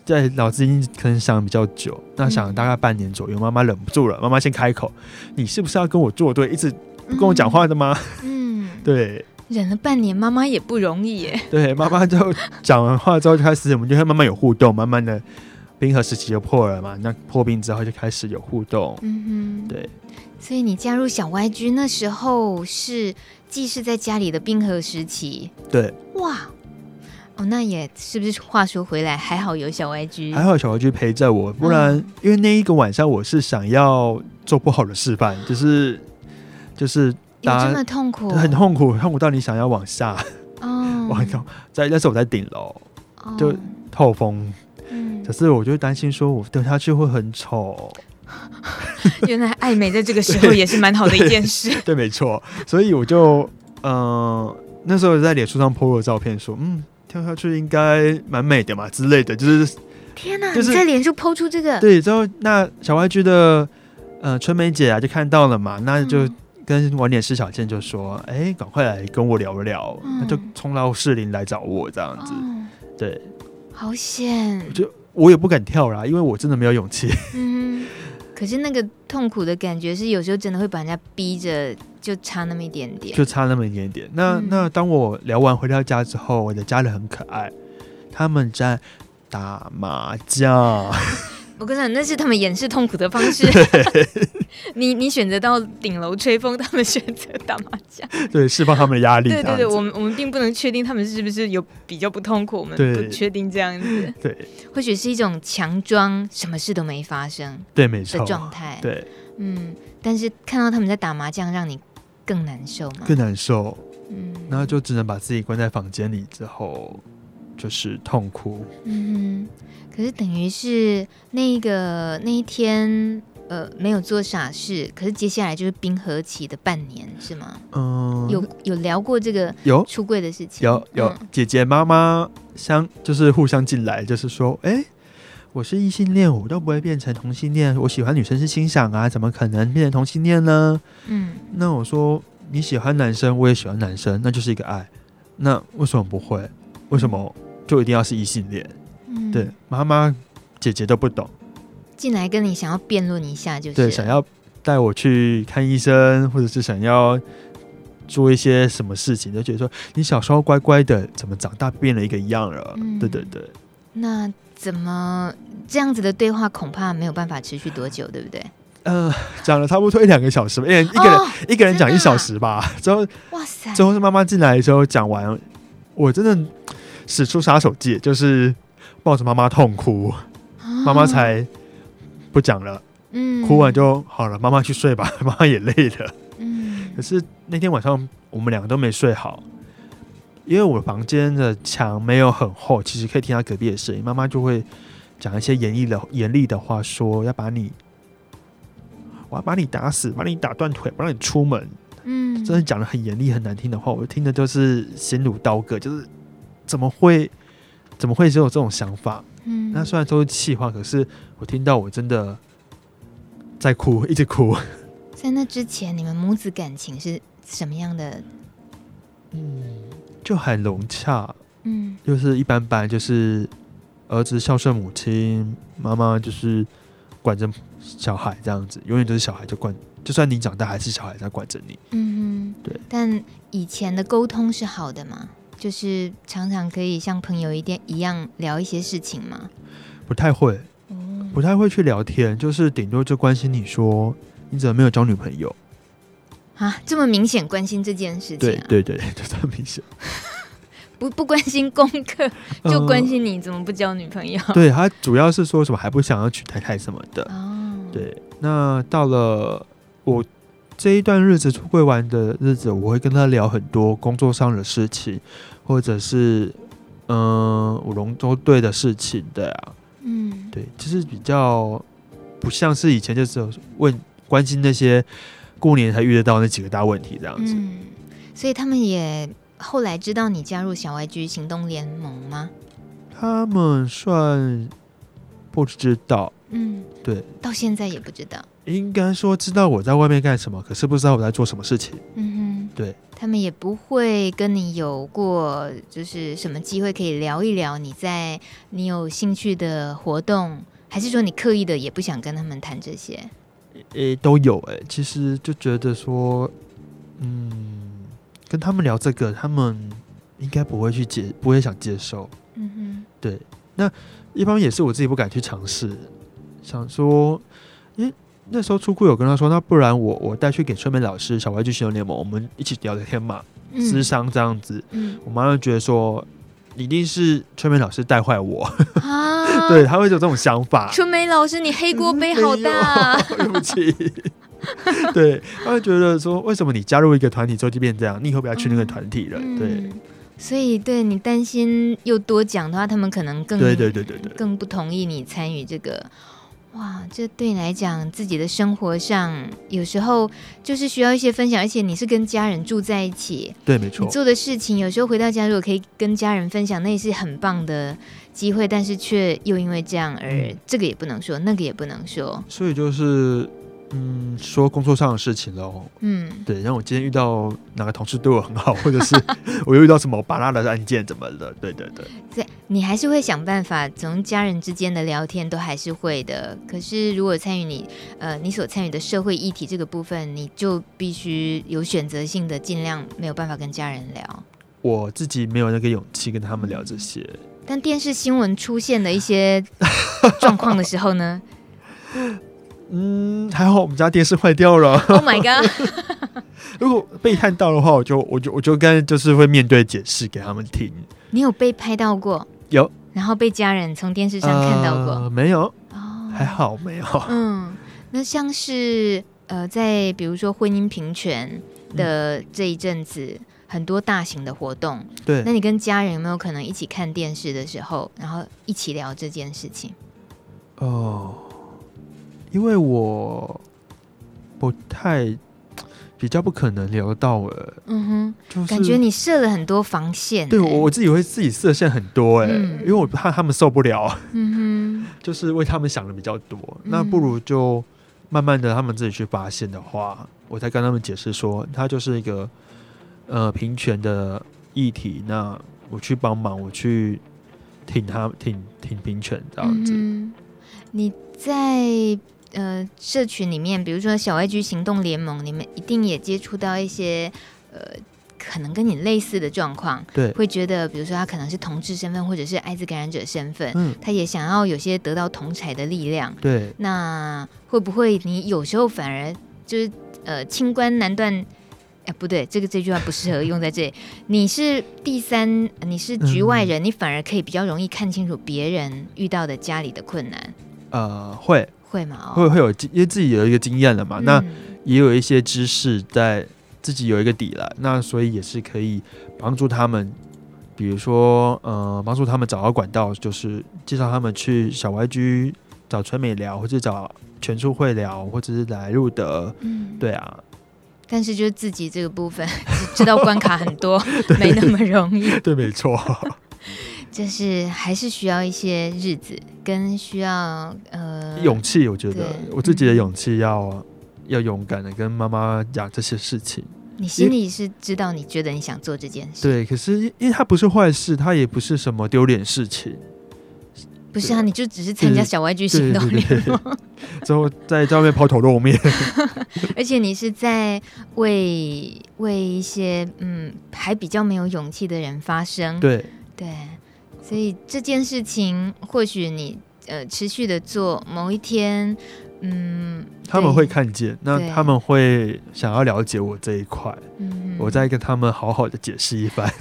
Speaker 2: 在脑子已经可能想比较久，那想大概半年左右，妈妈忍不住了，妈妈先开口：“你是不是要跟我作对，一直不跟我讲话的吗
Speaker 1: 嗯，？”
Speaker 2: 对
Speaker 1: 忍了半年，妈妈也不容易耶。
Speaker 2: 对，妈妈就讲完话之后就开始，我们就会慢慢有互动，慢慢的冰河时期就破了嘛，那破冰之后就开始有互动。
Speaker 1: 嗯哼，
Speaker 2: 对。
Speaker 1: 所以你加入小 YG 那时候是既是在家里的冰河时期，
Speaker 2: 对，
Speaker 1: 哇，哦，那也是不是？话说回来，还好有小 YG，
Speaker 2: 还好小何居陪着我，不然、
Speaker 1: 嗯
Speaker 2: 因为那一个晚上我是想要做不好的示范，就是就是
Speaker 1: 有
Speaker 2: 大家
Speaker 1: 这么痛苦，
Speaker 2: 很痛苦，痛苦到你想要往下，
Speaker 1: 哦，
Speaker 2: 往上，在那时候我在顶楼
Speaker 1: 哦
Speaker 2: 就透风，
Speaker 1: 嗯
Speaker 2: 可是我就担心说我蹲下去会很
Speaker 1: 哦
Speaker 2: 丑，
Speaker 1: 原来爱美在这个时候也是蛮好的一件事。
Speaker 2: 对，没错，所以我就嗯、呃那时候在脸书上 po 了照片说，嗯，跳下去应该蛮美的嘛之类的，就是
Speaker 1: 天哪，
Speaker 2: 就是
Speaker 1: 你在脸书剖出这个，
Speaker 2: 对之后那小外剧的呃春梅姐啊就看到了嘛，那就。
Speaker 1: 嗯
Speaker 2: 跟晚点施小倩就说：“哎、赶快来跟我聊一聊。
Speaker 1: 嗯
Speaker 2: 那就冲到士林来找我这样子。
Speaker 1: 哦，
Speaker 2: 对
Speaker 1: 好险，
Speaker 2: 我也不敢跳啦，因为我真的没有勇气。
Speaker 1: 嗯哼。可是那个痛苦的感觉是，有时候真的会把人家逼着，就差那么一点点。
Speaker 2: 就差那么一点点。那、
Speaker 1: 嗯
Speaker 2: 那当我聊完回到家之后，我的家人很可爱，他们在打麻 将，
Speaker 1: 我跟你讲，那是他们掩饰痛苦的方 式。你你选择到顶楼吹风，他们选择打麻将。
Speaker 2: 对，释放他们的压力。
Speaker 1: 对对
Speaker 2: 这
Speaker 1: 对，
Speaker 2: 样子
Speaker 1: 我们我们并不能确定他们是不是有比较不痛苦，我们
Speaker 2: 对
Speaker 1: 不确定这样子，
Speaker 2: 对
Speaker 1: 或许是一种强装什么事都没发生
Speaker 2: 对，没
Speaker 1: 的
Speaker 2: 错，
Speaker 1: 状态。
Speaker 2: 对，
Speaker 1: 嗯，但是看到他们在打麻将，让你更难受吗？
Speaker 2: 更难受。
Speaker 1: 嗯，
Speaker 2: 然后就只能把自己关在房间里，之后就是痛哭。
Speaker 1: 嗯哼，可是等于是那个那一天。呃，没有做傻事，可是接下来就是冰河期的半年，是吗？
Speaker 2: 嗯，
Speaker 1: 有有聊过这个
Speaker 2: 有
Speaker 1: 出柜的事情，
Speaker 2: 有有、
Speaker 1: 嗯
Speaker 2: 姐姐妈妈相就是互相进来，就是说，哎、我是异性恋，我都不会变成同性恋，我喜欢女生是欣赏啊，怎么可能变成同性恋呢？
Speaker 1: 嗯
Speaker 2: 那我说你喜欢男生，我也喜欢男生，那就是一个爱。那为什么不会？为什么就一定要是异性恋？
Speaker 1: 嗯
Speaker 2: 对，，妈妈、姐姐都不懂，
Speaker 1: 进来跟你想要辩论一下，就是
Speaker 2: 对，想要带我去看医生，或者是想要做一些什么事情，就觉得说你小时候乖乖的，怎么长大变了一个样了？
Speaker 1: 嗯
Speaker 2: 对对对，
Speaker 1: 那怎么这样子的对话恐怕没有办法持续多久，对不对？
Speaker 2: 呃，讲了差不多一两个小时吧，一人一个人、
Speaker 1: 哦
Speaker 2: 一个人
Speaker 1: 真
Speaker 2: 讲
Speaker 1: 的啊
Speaker 2: 一小时吧，之后
Speaker 1: 哇塞，
Speaker 2: 最后是妈妈进来的时候讲完，我真的使出杀手锏，就是抱着妈妈痛哭，妈
Speaker 1: 妈
Speaker 2: 妈才不讲了，
Speaker 1: 啊嗯
Speaker 2: 哭完就好了，妈妈去睡吧， 妈妈也累了。
Speaker 1: 嗯
Speaker 2: 可是那天晚上我们两个都没睡好，因为我房间的墙没有很厚，其实可以听到隔壁的声音，妈妈就会讲一些严厉的严厉的话说要把你。我要把你打死，把你打断腿，不让你出门。
Speaker 1: 嗯
Speaker 2: 真的讲的很严厉、很难听的话，我听的就是心如刀割，就是怎么会怎么会只有这种想法？
Speaker 1: 嗯
Speaker 2: 那虽然都是气话，可是我听到我真的在哭，一直哭。
Speaker 1: 在那之前，你们母子感情是什么样的？
Speaker 2: 嗯，就很融洽，
Speaker 1: 嗯
Speaker 2: 就是一般般，就是儿子孝顺母亲，妈妈就是管着小孩这样子，永远都是小孩在管，就算你长大还是小孩在管着你。
Speaker 1: 嗯哼，
Speaker 2: 对。
Speaker 1: 但以前的沟通是好的吗？就是常常可以像朋友一点一样聊一些事情吗？
Speaker 2: 不太会，
Speaker 1: 哦
Speaker 2: 不太会去聊天，就是顶多就关心你说你怎么没有交女朋友。
Speaker 1: 啊，这么明显关心这件事情、
Speaker 2: 对
Speaker 1: 啊，
Speaker 2: 对对，就这么明显，
Speaker 1: 不不关心功课， 就关
Speaker 2: 呃。
Speaker 1: 心你怎么不交女朋友。
Speaker 2: 嗯对他主要是说什么还不想要娶太太什么的。
Speaker 1: 哦，
Speaker 2: 对，那到了我这一段日子出柜完的日子，我会跟他聊很多工作上的事情，或者是嗯、呃我龙舟队的事情的啊。
Speaker 1: 嗯，
Speaker 2: 对，就是比较不像是以前就只有问关心那些过年才遇得到那几个大问题这样子。
Speaker 1: 嗯，所以他们也后来知道你加入小 YG 行动联盟吗？
Speaker 2: 他们算不知道。
Speaker 1: 嗯，
Speaker 2: 对，
Speaker 1: 到现在也不知道。
Speaker 2: 应该说知道我在外面干什么，可是不知道我在做什么事情。
Speaker 1: 嗯
Speaker 2: 对，
Speaker 1: 他们也不会跟你有过就是什么机会可以聊一聊你在你有兴趣的活动，还是说你刻意的也不想跟他们谈这些？
Speaker 2: 诶、都有诶、其实就觉得说，嗯，跟他们聊这个，他们应该不会去接，不会想接受。
Speaker 1: 嗯
Speaker 2: 一方面也是我自己不敢去尝试，想说，因为那时候出柜有跟他说，那不然我我带去给春梅老师、小歪剧行动联盟，我们一起聊聊天嘛，
Speaker 1: 哼，
Speaker 2: 智商这样子。
Speaker 1: 嗯
Speaker 2: 我妈妈觉得说，一定是春梅老师带坏 我，
Speaker 1: 嗯啊，
Speaker 2: 对，她会有这种想法。
Speaker 1: 春梅老师，你黑锅背好
Speaker 2: 哎
Speaker 1: 大，
Speaker 2: 呦对不 起。对，她会觉得说，为什么你加入一个团体之后就变这样？你以后不要去那个团体了。对，
Speaker 1: 嗯，所以对你担心又多讲的话，他们可能更
Speaker 2: 对对对对对，
Speaker 1: 更不同意你参与这个。哇，这对你来讲，自己的生活上有时候就是需要一些分享，而且你是跟家人住在一起，
Speaker 2: 对，没
Speaker 1: 你
Speaker 2: 错，
Speaker 1: 做的事情有时候回到家如果可以跟家人分享，那也是很棒的机会，但是却又因为这样而
Speaker 2: 嗯
Speaker 1: 这个也不能说，那个也不能说，
Speaker 2: 所以就是。嗯，说工作上的事情哦喽，
Speaker 1: 嗯
Speaker 2: 对，然后我今天遇到哪个同事对我很好，或者是 我又遇到什么巴拉的案件怎么了？对对对，
Speaker 1: 对，你还是会想办法，从家人之间的聊天都还是会的。可是如果参与你呃你所参与的社会议题这个部分，你就必须有选择性的，尽量没有办法跟家人聊。
Speaker 2: 我自己没有那个勇气跟他们聊这些。
Speaker 1: 但电视新闻出现的一些状况的时候 呢
Speaker 2: 嗯，还好我们家电视坏掉了。
Speaker 1: ，Oh my god！
Speaker 2: 如果被看到的话，我就我就我就跟就是会面对解释给他们听。
Speaker 1: 你有被拍到过？
Speaker 2: 有，
Speaker 1: 然后被家人从电视上看到过？
Speaker 2: 呃没有？
Speaker 1: 哦，
Speaker 2: 还好没有。
Speaker 1: 嗯，那像是呃，在比如说婚姻平权的这一阵子，很多大型的活动，那
Speaker 2: 嗯对，
Speaker 1: 你跟家人有没有可能一起看电视的时候，然后一起聊这件事情？
Speaker 2: 哦，因为我不太比较不可能聊到呃，
Speaker 1: 嗯
Speaker 2: 就
Speaker 1: 哼，
Speaker 2: 是
Speaker 1: 感觉你设了很多防线、
Speaker 2: 对
Speaker 1: 欸
Speaker 2: 我我自己会自己设限很多哎、
Speaker 1: 嗯
Speaker 2: 因为我怕他们受不了，
Speaker 1: 嗯
Speaker 2: 就是为他们想的比较多。
Speaker 1: 嗯
Speaker 2: 那不如就慢慢的他们自己去发现的话，我再跟他们解释说，它就是一个呃平权的议题，那我去帮忙，我去挺他挺挺平权这
Speaker 1: 哼，
Speaker 2: 样子。
Speaker 1: 嗯哼你在呃社群里面，比如说小 I G 行动联盟，你们一定也接触到一些呃。可能跟你类似的状况，
Speaker 2: 对，
Speaker 1: 会觉得，比如说他可能是同志身份，或者是艾滋感染者身份，
Speaker 2: 嗯，
Speaker 1: 他也想要有些得到同才的力量。
Speaker 2: 对，
Speaker 1: 那会不会你有时候反而就是呃清官难断？哎，不对，这个这句话不适合用在这里。 你是第三，呃你是局外
Speaker 2: 嗯
Speaker 1: 人，你反而可以比较容易看清楚别人遇到的家里的困难，
Speaker 2: 呃，会
Speaker 1: 会吗？哦，
Speaker 2: 会会有经，因为自己有一个经验了嘛，那
Speaker 1: 嗯
Speaker 2: 也有一些知识在自己有一个底了，那所以也是可以帮助他们，比如说呃，帮助他们找到管道，就是介绍他们去小 YG 找纯美聊，或者找全处会聊，或者是来路德，
Speaker 1: 嗯，
Speaker 2: 对啊，
Speaker 1: 但是就是自己这个部分， 知道关卡很 多，没那么容易。
Speaker 2: 对，没错，
Speaker 1: 就是还是需要一些日子，跟需要呃
Speaker 2: 勇气，我觉得
Speaker 1: 对
Speaker 2: 我自己的
Speaker 1: 嗯
Speaker 2: 勇气要要勇敢的跟妈妈讲这些事情。
Speaker 1: 你心里是知道，你觉得你想做这件事，
Speaker 2: 对，可是因因为它不是坏事，它也不是什么丢脸事情。
Speaker 1: 不是啊？你就只是参加小外剧行动
Speaker 2: 对对
Speaker 1: 联
Speaker 2: 对
Speaker 1: 盟，
Speaker 2: 之后在在外面抛头露面，
Speaker 1: 嗯而且你是在为为一些嗯还比较没有勇气的人发声，
Speaker 2: 对，
Speaker 1: 对所以这件事情或许你呃持续的做，某一天嗯
Speaker 2: 他们会看见，那
Speaker 1: 对
Speaker 2: 他们会想要了解我这一块，
Speaker 1: 嗯
Speaker 2: 我再跟他们好好的解释一 番。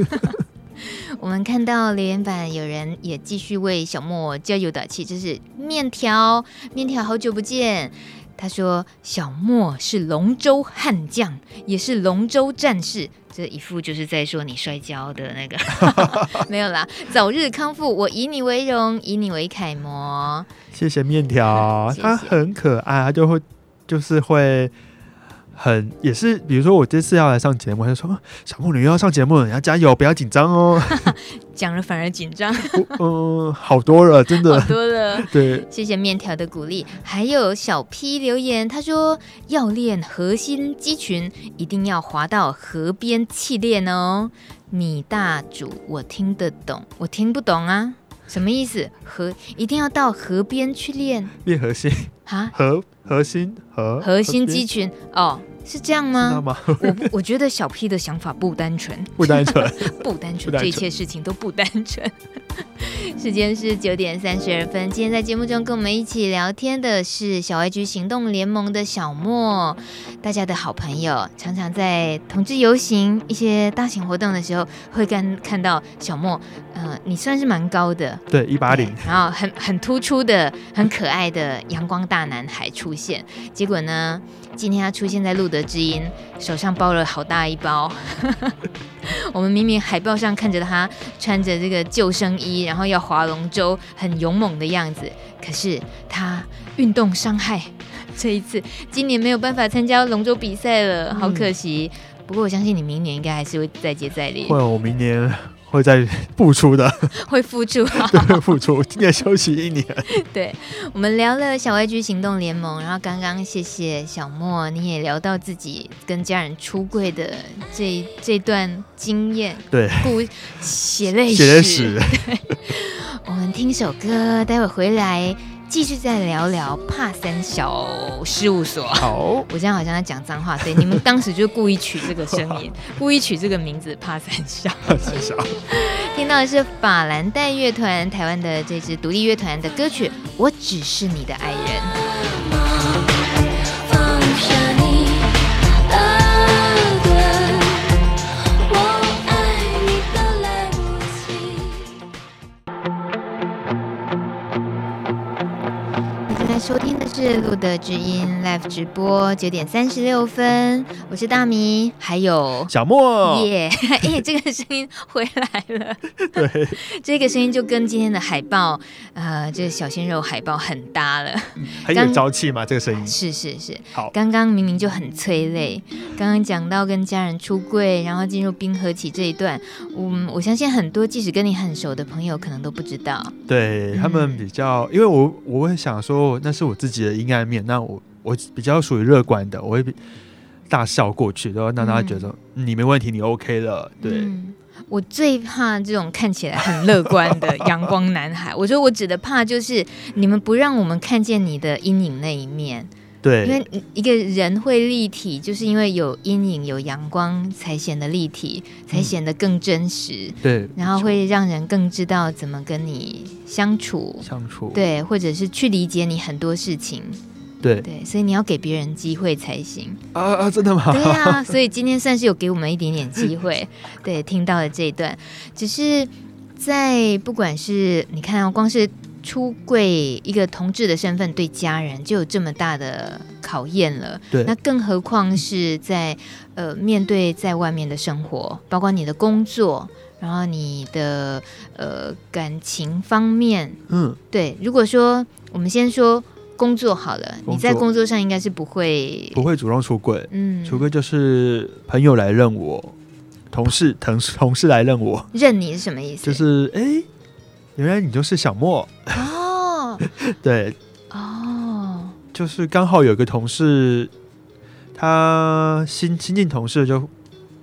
Speaker 1: 我们看到留言板有人也继续为小莫加油打气，就是面条，面条好久不见。他说：“小莫是龙舟悍将，也是龙舟战士。”这一副就是在说你摔跤的那个， 没有啦。早日康复，我以你为荣，以你为楷模。
Speaker 2: 谢谢面条，
Speaker 1: 谢谢
Speaker 2: 他很可爱，他就会就是会很也是，比如说我这次要来上节目，他就说啊小木女又要上节目了，你要加油，不要紧张哦。
Speaker 1: 讲了反而紧张
Speaker 2: 我嗯、好多了，真
Speaker 1: 好
Speaker 2: 的，
Speaker 1: 多了。
Speaker 2: 对，
Speaker 1: 谢谢面条的鼓励，还有小 P 留言，他说要练核心肌群，一定要滑到河边气练哦。你大主，我听得懂，我听不懂啊，什么意思？河一定要到河边去练
Speaker 2: 练核心，
Speaker 1: 啊？
Speaker 2: 核核心核
Speaker 1: 核心肌
Speaker 2: 边
Speaker 1: 群哦，是这样
Speaker 2: 知道
Speaker 1: 吗？
Speaker 2: 吗？
Speaker 1: 我不我觉得小 P 的想法不单纯，
Speaker 2: 不单纯。
Speaker 1: 不单纯
Speaker 2: 不，单纯
Speaker 1: 这一切事情都不单纯。 时间是九点三十二分。今天在节目中跟我们一起聊天的是小 YG 行动联盟的小莫，大家的好朋友。常常在同志游行、一些大型活动的时候，会看看到小莫。呃，你算是蛮高的，
Speaker 2: 对，一八零
Speaker 1: 对，然后很很突出的、很可爱的阳光大男孩出现。结果呢，今天他出现在路德之音，手上包了好大一包。 我们明明海报上看着他穿着这个救生衣，然后要划龙舟，很勇猛的样子，可是他运动伤害， 这一次今年没有办法参加龙舟比赛了，好可惜。不过我相信你明年应该还是会在决赛里
Speaker 2: 会，我明年会再付出的，
Speaker 1: 会付出啊好。
Speaker 2: 对，付出，今年休息一年。
Speaker 1: 对我们聊了小 YG 行动联盟，然后刚刚谢谢小莫，你也聊到自己跟家人出柜的这这段经验，
Speaker 2: 对，
Speaker 1: 故血泪
Speaker 2: 写的史，
Speaker 1: 我们听首歌，待会回来继续再聊聊帕森小事务所。
Speaker 2: 好，
Speaker 1: 我这样好像在讲脏话，所以你们当时就故意取这个声 音，故意取这个名字帕森小。
Speaker 2: 谢谢啊。
Speaker 1: 听到的是法兰黛乐团台湾的这支独立乐团的歌曲《我只是你的爱人》。
Speaker 3: 放下你的吻，我爱你都来不及。
Speaker 1: 你正在收听的是路德之音 Live 直播，九点三十六分，我是大米，还有。
Speaker 2: 小莫，
Speaker 1: 耶！ 耶，这个声音回来了。 对，这个声音就跟今天的海报，呃，这个小鲜肉海报很搭了。
Speaker 2: 很有朝气嘛，这个声音。
Speaker 1: 是是是，
Speaker 2: 好，
Speaker 1: 刚刚明明就很催泪，刚刚讲到跟家人出柜，然后进入冰河期这一段，嗯，我相信很多即使跟你很熟的朋友可能都不知道。
Speaker 2: 对他
Speaker 1: 嗯
Speaker 2: 们比较，因为我我会想说，那是我自己的阴暗面，那我我比较属于乐观的，我会比大笑过去，然后让大家觉得、你没问题，你 OK 了。对，
Speaker 1: 嗯，我最怕这种看起来很乐观 的阳光男孩。我说我指的怕就是你们不让我们看见你的阴影那一面，因
Speaker 2: 对
Speaker 1: 为一个人会立体，就是因为有阴影有阳光才显得立体，才
Speaker 2: 嗯
Speaker 1: 显得更真实，
Speaker 2: 对，
Speaker 1: 然后会让人更知道怎么跟你相处。
Speaker 2: 相处，
Speaker 1: 对，或者是去理解你很多事情，
Speaker 2: 对
Speaker 1: 对，所以你要给别人机会才行。
Speaker 2: 啊啊，真的 吗？
Speaker 1: 对啊，所以今天算是有给我们一点点机 会，对，听到了这一段，只是在不管是你看、啊，光是出柜一个同志的身份对家人就有这么大的考验了，
Speaker 2: 对
Speaker 1: 那更何况是在呃面对在外面的生活，包括你的工作，然后你的呃感情方面，
Speaker 2: 嗯，
Speaker 1: 对，如果说我们先说工作好了，你
Speaker 2: 工
Speaker 1: 在
Speaker 2: 作
Speaker 1: 工作上应该是不会，
Speaker 2: 不会主动出轨，
Speaker 1: 嗯，
Speaker 2: 除非就是朋友来认我，同事同同事来认我，
Speaker 1: 认你是什么意思？
Speaker 2: 就是哎、诶原来你就是 小莫，
Speaker 1: 哦
Speaker 2: 对，
Speaker 1: 哦，
Speaker 2: 就是刚好有个同事，他新新进同事就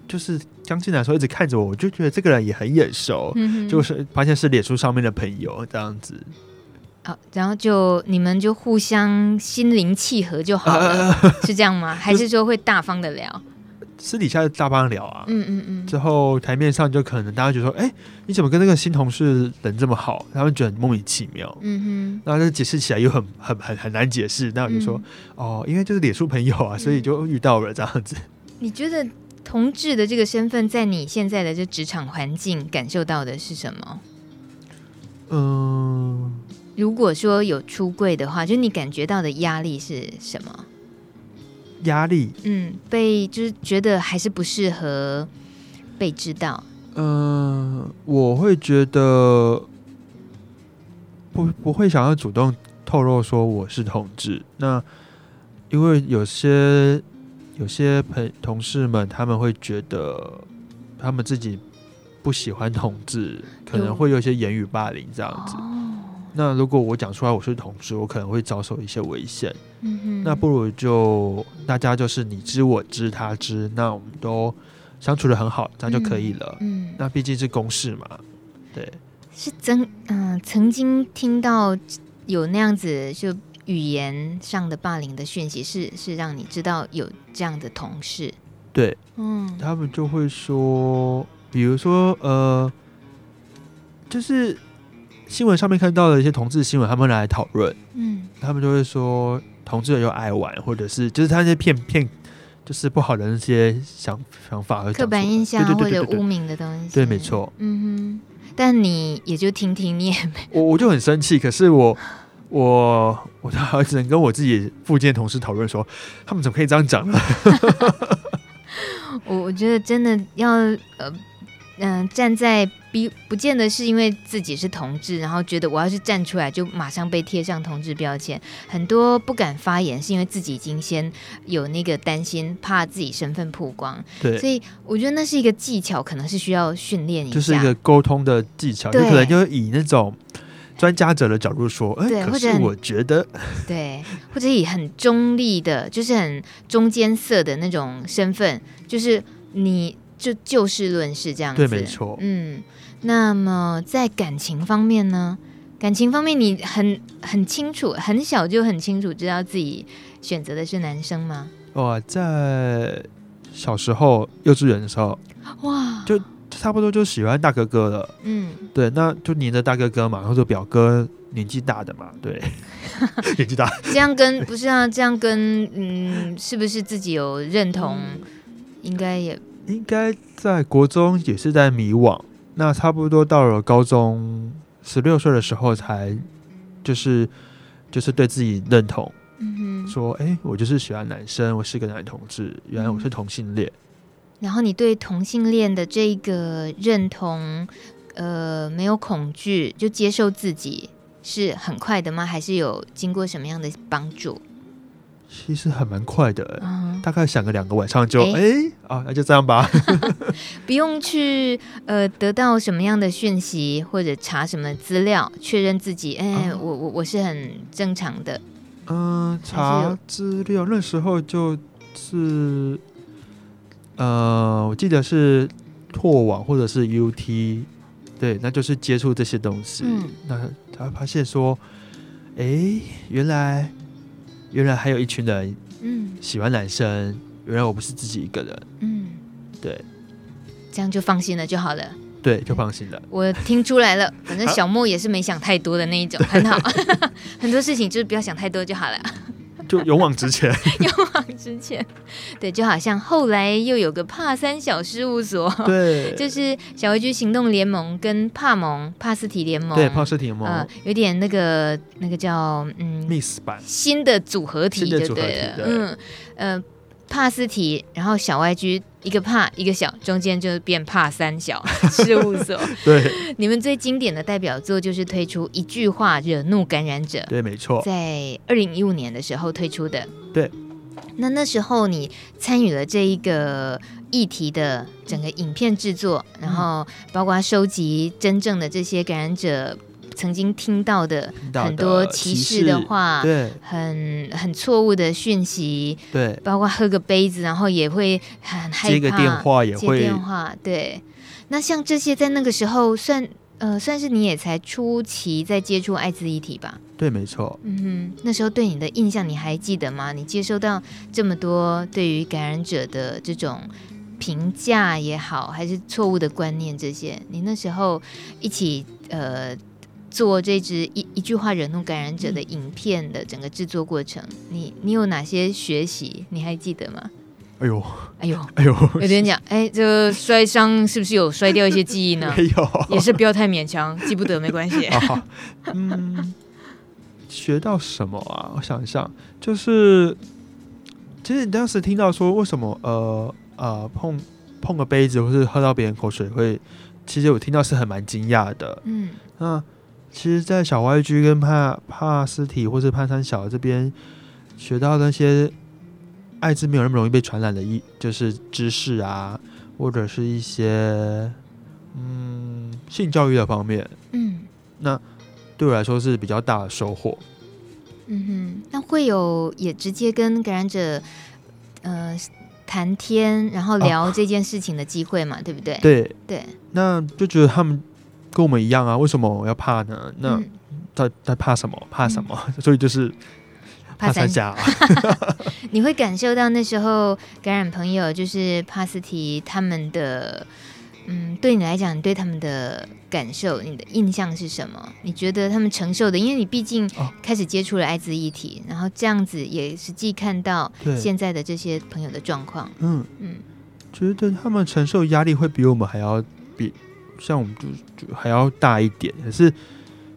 Speaker 2: 就是刚进来的时候一直看着我，我就觉得这个人也很眼熟，
Speaker 1: 嗯哼
Speaker 2: 就是发现是脸书上面的朋友这样子，
Speaker 1: 哦，然后就你们就互相心灵契合就好了， 是这样吗？还是说会大方的聊？
Speaker 2: 私底下大帮聊啊。
Speaker 1: 嗯嗯
Speaker 2: 之
Speaker 1: 嗯，
Speaker 2: 后台面上就可能大家觉得说，哎、你怎么跟那个新同事人这么好？他们觉得很莫名其妙。
Speaker 1: 嗯
Speaker 2: 那就解释起来又很很很很难解释。那我就说、哦，因为就是脸书朋友啊，所以就遇到了这样子。
Speaker 1: 哼，你觉得同志的这个身份在你现在的这职场环境感受到的是什么？
Speaker 2: 嗯，
Speaker 1: 如果说有出柜的话，就你感觉到的压力是什么？
Speaker 2: 压力，
Speaker 1: 嗯，被就是觉得还是不适合被知道。
Speaker 2: 嗯，我会觉得不不会想要主动透露说我是同志。那因为有些有些朋同事们他们会觉得他们自己不喜欢同志，可
Speaker 1: 有
Speaker 2: 能会有一些言语霸凌这样子。
Speaker 1: 哦，
Speaker 2: 那如果我讲出来我是同志，我可能会遭受一些危险。
Speaker 1: 嗯哼，
Speaker 2: 那不如就大家就是你知我知他知，那我们都相处的很好，这样就可以了。
Speaker 1: 嗯，
Speaker 2: 那毕竟是公事嘛，对，
Speaker 1: 是曾嗯、曾经听到有那样子就语言上的霸凌的讯息，是是让你知道有这样的同事，
Speaker 2: 对
Speaker 1: 嗯，
Speaker 2: 他们就会说，比如说呃，就是新闻上面看到的一些同志新闻，他们来讨论，
Speaker 1: 嗯
Speaker 2: 他们就会说同志又爱玩，或者是就是他那些骗骗，就是不好的那些想想法和
Speaker 1: 刻板印象
Speaker 2: 对
Speaker 1: 或
Speaker 2: 对对
Speaker 1: 者
Speaker 2: 对对
Speaker 1: 污名的东西，
Speaker 2: 对，没，错。
Speaker 1: 嗯哼，但你也就听听，你也没，
Speaker 2: 我我就很生气，可是我我我的儿子能跟我自己附近的同事讨论说，他们怎么可以这样讲呢？
Speaker 1: 我我觉得真的要呃嗯、站在。逼不见得是因为自己是同志，然后觉得我要是站出来就马上被贴上同志标签。很多不敢发言是因为自己已经先有那个担心，怕自己身份曝光，所
Speaker 2: 对，
Speaker 1: 以我觉得那是一个技巧，可能是需要训练一下，
Speaker 2: 就是一个沟通的技巧，你
Speaker 1: 对
Speaker 2: 可能就以那种专家者的角度说，哎、
Speaker 1: 对或
Speaker 2: 可
Speaker 1: 者
Speaker 2: 是
Speaker 1: 很
Speaker 2: 我觉得，
Speaker 1: 对，或者以很中立的，就是很中间色的那种身份，就是你就就事论事这样子，
Speaker 2: 对没错
Speaker 1: 嗯，那么在感情方面呢？感情方面，你很很清楚，很小就很清楚知道自己选择的是男生吗？
Speaker 2: 哇，在小时候幼稚园的时候，
Speaker 1: 哇，
Speaker 2: 就差不多就喜欢大哥哥了，
Speaker 1: 嗯，
Speaker 2: 对，那就黏着大哥哥嘛，或者表哥年纪大的嘛， 对，年纪大，
Speaker 1: 这样跟不是啊，这样跟嗯，是不是自己有认同？应该也
Speaker 2: 应该在国中也是在迷惘，那差不多到了高中十六岁的时候才，就是就是对自己认同，
Speaker 1: 嗯哼，
Speaker 2: 说，哎、我就是喜欢男生，我是个男同志，原来
Speaker 1: 嗯
Speaker 2: 我是同性恋。
Speaker 1: 然后你对同性恋的这个认同，呃，没有恐惧，就接受自己，是很快的吗？还是有经过什么样的帮助？
Speaker 2: 其实还蛮快的、诶
Speaker 1: 嗯，
Speaker 2: 大概想个两个晚上就，
Speaker 1: 诶
Speaker 2: 哎、啊，那就这样吧。
Speaker 1: 不用去呃得到什么样的讯息或者查什么资料，确认自己，哎，
Speaker 2: 哦
Speaker 1: 我我我是很正常的，
Speaker 2: 嗯，查资料那时候就是，呃，我记得是拓网或者是 UT，对，那就是接触这些东西。
Speaker 1: 嗯
Speaker 2: 那他发现说，诶，原来原来还有一群人
Speaker 1: 嗯
Speaker 2: 喜欢男生，原来我不是自己一个人，
Speaker 1: 嗯，
Speaker 2: 对
Speaker 1: 这样就放心了就好了。
Speaker 2: 对，就放心了。
Speaker 1: 我听出来了，反正小莫也是没想太多的那一种，很好， 很多事情就是不要想太多就好了。
Speaker 2: 就勇往 直前。
Speaker 1: 勇往直前，对，就好像后来又有个帕三小事务所，
Speaker 2: 对，
Speaker 1: 就是小微居行动联盟跟帕盟帕斯提联盟，
Speaker 2: 对，胖尸体萌、
Speaker 1: 呃，有点那个那个叫嗯
Speaker 2: miss 版，
Speaker 1: 新的组合体
Speaker 2: 新的
Speaker 1: 就
Speaker 2: 组合体
Speaker 1: 对了，
Speaker 2: 对
Speaker 1: 嗯呃帕斯提，然后小 YG 一个帕一个小，中间就变帕三小事务所。
Speaker 2: 对
Speaker 1: 你们最经典的代表作就是推出一句话惹怒感染者，
Speaker 2: 对，没错。
Speaker 1: 在二零一五年的时候推出的。
Speaker 2: 对，
Speaker 1: 那那时候你参与了这一个议题的整个影片制作，然
Speaker 2: 嗯
Speaker 1: 后包括收集真正的这些感染者曾经听到的
Speaker 2: 听到
Speaker 1: 很多
Speaker 2: 的
Speaker 1: 歧
Speaker 2: 歧
Speaker 1: 视的
Speaker 2: 视
Speaker 1: 话。
Speaker 2: 对
Speaker 1: 很很错误的讯息，
Speaker 2: 对，
Speaker 1: 包括喝个杯子，然后也会很害怕。
Speaker 2: 接个电话也
Speaker 1: 接
Speaker 2: 会
Speaker 1: 电话，对。那像这些在那个时候算呃算是你也才初期在接触艾滋议题吧？
Speaker 2: 对，没错。
Speaker 1: 嗯哼，那时候对你的印象你还记得吗？你接收到这么多对于感染者的这种评价也好，还是错误的观念这些，你那时候一起呃做这支一一句话惹怒感染者的影片的整个制作过程，你你有哪些学习？你还记得吗？
Speaker 2: 哎呦
Speaker 1: 哎呦，
Speaker 2: 哎呦，
Speaker 1: 有点讲，哎，这个摔伤是不是有摔掉一些记忆呢？
Speaker 2: 没有，
Speaker 1: 也是不要太勉强，记不得没关 系。
Speaker 2: 啊嗯，学到什么啊？我想一想，就是其实你当时听到说为什么呃呃碰碰个杯子或是喝到别人口水会，其实我听到是很蛮惊讶的。
Speaker 1: 嗯
Speaker 2: 那其实，在小 YG 跟帕帕斯体或是潘三小这边学到那些艾滋没有那么容易被传染的一就是知识啊，或者是一些嗯性教育的方面，
Speaker 1: 嗯
Speaker 2: 对我来说是比较大的收获。
Speaker 1: 嗯哼，那会有也直接跟感染者呃谈天，然后聊这件事情的机会嘛，对不对？
Speaker 2: 哦对，
Speaker 1: 对，
Speaker 2: 那就觉得他们跟我们一样啊，为什么我要怕呢？那
Speaker 1: 嗯
Speaker 2: 他他怕什么？怕什么？ 所以就是
Speaker 1: 怕
Speaker 2: 三
Speaker 1: 三
Speaker 2: 峡啊、
Speaker 1: 你会感受到那时候感染朋友就是帕斯提他们的，嗯，对你来讲，你对他们的感受，你的印象是什么？你觉得他们承受的，因为你毕竟
Speaker 2: 哦
Speaker 1: 开始接触了艾滋议题，然后这样子也实际看到
Speaker 2: 对，
Speaker 1: 现在的这些朋友的状况，
Speaker 2: 嗯，
Speaker 1: 嗯
Speaker 2: 觉得他们承受压力会比我们还要比像我们就就还要大一点，可是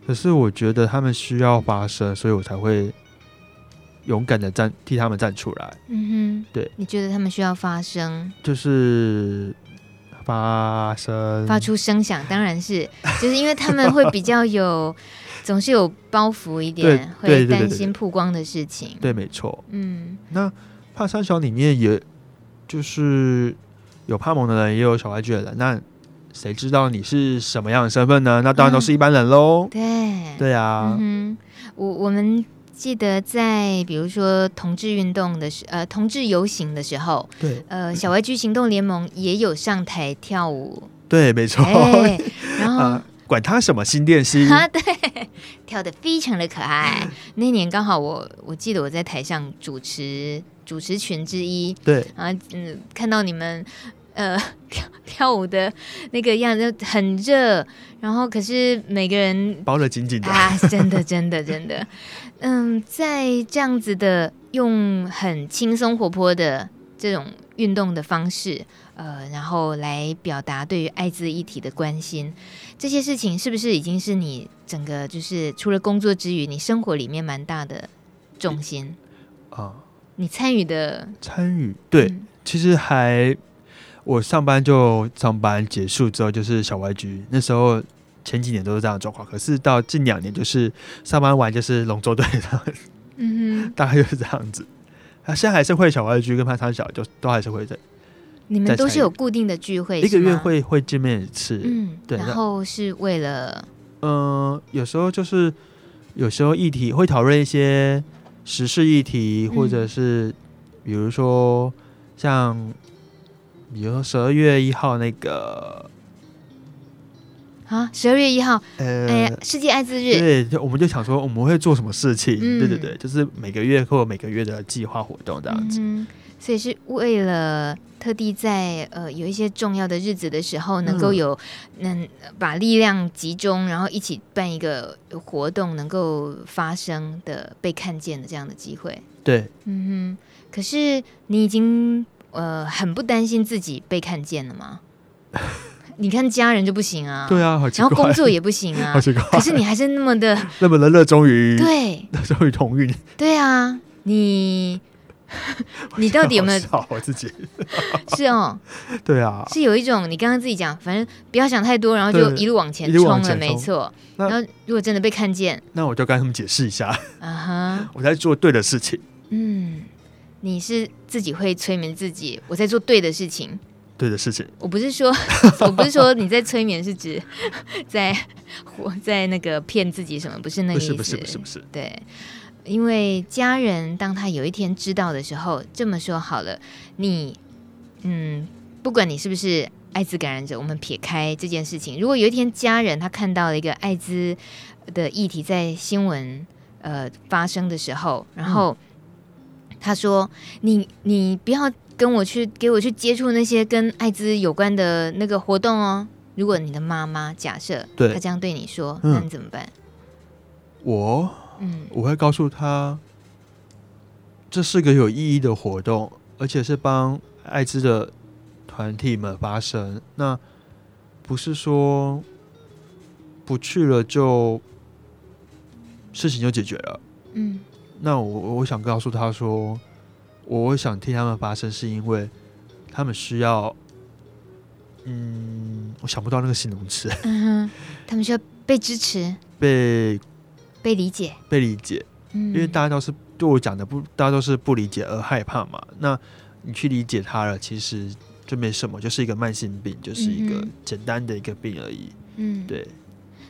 Speaker 2: 可是我觉得他们需要发声，所以我才会勇敢的站替他们站出来，
Speaker 1: 嗯哼，
Speaker 2: 对，
Speaker 1: 你觉得他们需要发声，
Speaker 2: 就是发声，
Speaker 1: 发出声响，当然是就是因为他们会比较有，总是有包袱一点，
Speaker 2: 对对
Speaker 1: 会
Speaker 2: 对对
Speaker 1: 担
Speaker 2: 对
Speaker 1: 心曝光的事情，
Speaker 2: 对，没错。
Speaker 1: 嗯
Speaker 2: 那帕三小里面也就是有帕蒙的人，也有小外剧的人，那谁知道你是什么样的身份呢？那当然都是一般人喽。
Speaker 1: 对。
Speaker 2: 对啊，
Speaker 1: 嗯哼，我我们记得在比如说同志运动的时，呃，同志游行的时候，
Speaker 2: 对
Speaker 1: 呃，小 YG 行动联盟也有上台跳舞，
Speaker 2: 对，没错。
Speaker 1: 哎，然后。
Speaker 2: 啊，管他什么新电心，
Speaker 1: 啊，对，跳的非常的可
Speaker 2: 嗯
Speaker 1: 爱。那年刚好我我记得我在台上主持主持群之一，
Speaker 2: 对，
Speaker 1: 啊，嗯，看到你们呃跳跳舞的那个样子很热，然后可是每个人
Speaker 2: 包的紧紧的，
Speaker 1: 啊，真的，真的，真的，嗯，在这样子的用很轻松活泼的这种运动的方式，呃，然后来表达对于艾滋议题的关心，这些事情是不是已经是你整个就是除了工作之余，你生活里面蛮大的重心？
Speaker 2: 啊，
Speaker 1: 你参与的
Speaker 2: 参与对，
Speaker 1: 嗯
Speaker 2: 其实还我上班就上班结束之后就是小 YG，那时候前几年都是这样的状况，可是到近两年就是上班完就是龙舟队，
Speaker 1: 嗯
Speaker 2: 大概就是这样子。啊，现在还是会小 YG 跟潘三小，就都还是会在
Speaker 1: 哼，你们
Speaker 2: 在
Speaker 1: 都
Speaker 2: 参
Speaker 1: 是
Speaker 2: 与
Speaker 1: 有固定的聚会，
Speaker 2: 一个
Speaker 1: 是
Speaker 2: 月
Speaker 1: 吗，
Speaker 2: 会会见面一次。嗯、
Speaker 1: 啊嗯，
Speaker 2: 对
Speaker 1: 然
Speaker 2: 那
Speaker 1: 后是为了，
Speaker 2: 呃，有时候就是有时候议题会讨论一些时事议题，或者
Speaker 1: 嗯
Speaker 2: 是比如说像，比如说十二月一号那个
Speaker 1: 啊，十二月一号，
Speaker 2: 呃，
Speaker 1: 哎呀，世界艾滋日，
Speaker 2: 对，就我们就想说我们会做什么事情？对对
Speaker 1: 嗯
Speaker 2: 对，就是每个月或每个月的计划活动这样子。
Speaker 1: 嗯哼所以是为了特地在呃有一些重要的日子的时候，能够
Speaker 2: 嗯
Speaker 1: 有、能把力量集中，然后一起办一个活动，能够发生的被看见的这样的机会。
Speaker 2: 对，
Speaker 1: 嗯哼，可是你已经呃很不担心自己被看见了吗？ 你看家人就不行啊，
Speaker 2: 对啊，好奇
Speaker 1: 然
Speaker 2: 怪，
Speaker 1: 后工作也不行啊
Speaker 2: 好，奇怪，
Speaker 1: 可是你还是那么 的
Speaker 2: 那么的热衷于
Speaker 1: 对
Speaker 2: 热衷于同运，
Speaker 1: 对啊， 你你到底有没有
Speaker 2: 好笑我自己？
Speaker 1: 是哦？
Speaker 2: 对啊，
Speaker 1: 是有一种你刚刚自己讲，反正不要想太多，然后就
Speaker 2: 对
Speaker 1: 一路往前
Speaker 2: 一路往
Speaker 1: 冲了，
Speaker 2: 前
Speaker 1: 没
Speaker 2: 冲
Speaker 1: 错。
Speaker 2: 那
Speaker 1: 然后如果真的被看见，
Speaker 2: 那我就跟他们解释一下，
Speaker 1: 啊哈，
Speaker 2: 我在做对的事情。
Speaker 1: 嗯，你是自己会催眠自己，我在做对的事情。
Speaker 2: 对的事情，
Speaker 1: 我不是 说，我不是说你在催眠，是指 在我在那个骗自己什么，不是那
Speaker 2: 不
Speaker 1: 个意
Speaker 2: 是
Speaker 1: 思。
Speaker 2: 不是不是不是，
Speaker 1: 对，因为家人当他有一天知道的时候，这么说好了，你，嗯，不管你是不是艾滋感染者，我们撇开这件事情，如果有一天家人他看到了一个艾滋的议题在新闻呃发生的时候，然
Speaker 2: 嗯
Speaker 1: 后他说：“你你不要跟我去给我去接触那些跟艾滋有关的那个活动哦。”如果你的妈妈假设
Speaker 2: 对
Speaker 1: 她这样对你说，
Speaker 2: 嗯
Speaker 1: 那你怎么办？
Speaker 2: 我
Speaker 1: 嗯
Speaker 2: 我会告诉他，这是个有意义的活动，而且是帮艾滋的团体们发声。那不是说不去了就事情就解决了。
Speaker 1: 嗯。
Speaker 2: 那我我想告诉他说，我想替他们发声，是因为他们需要，嗯，我想不到那个形容词，
Speaker 1: 嗯哼，他们需要被支持、
Speaker 2: 被
Speaker 1: 被理解。
Speaker 2: 被理解，
Speaker 1: 嗯，
Speaker 2: 因为大家都是对我讲的不，大家都是不理解而害怕嘛。那你去理解它了，其实就没什么，就是一个慢性病，就是一
Speaker 1: 嗯
Speaker 2: 个
Speaker 1: 哼
Speaker 2: 简单的一个病而已。
Speaker 1: 嗯，
Speaker 2: 对，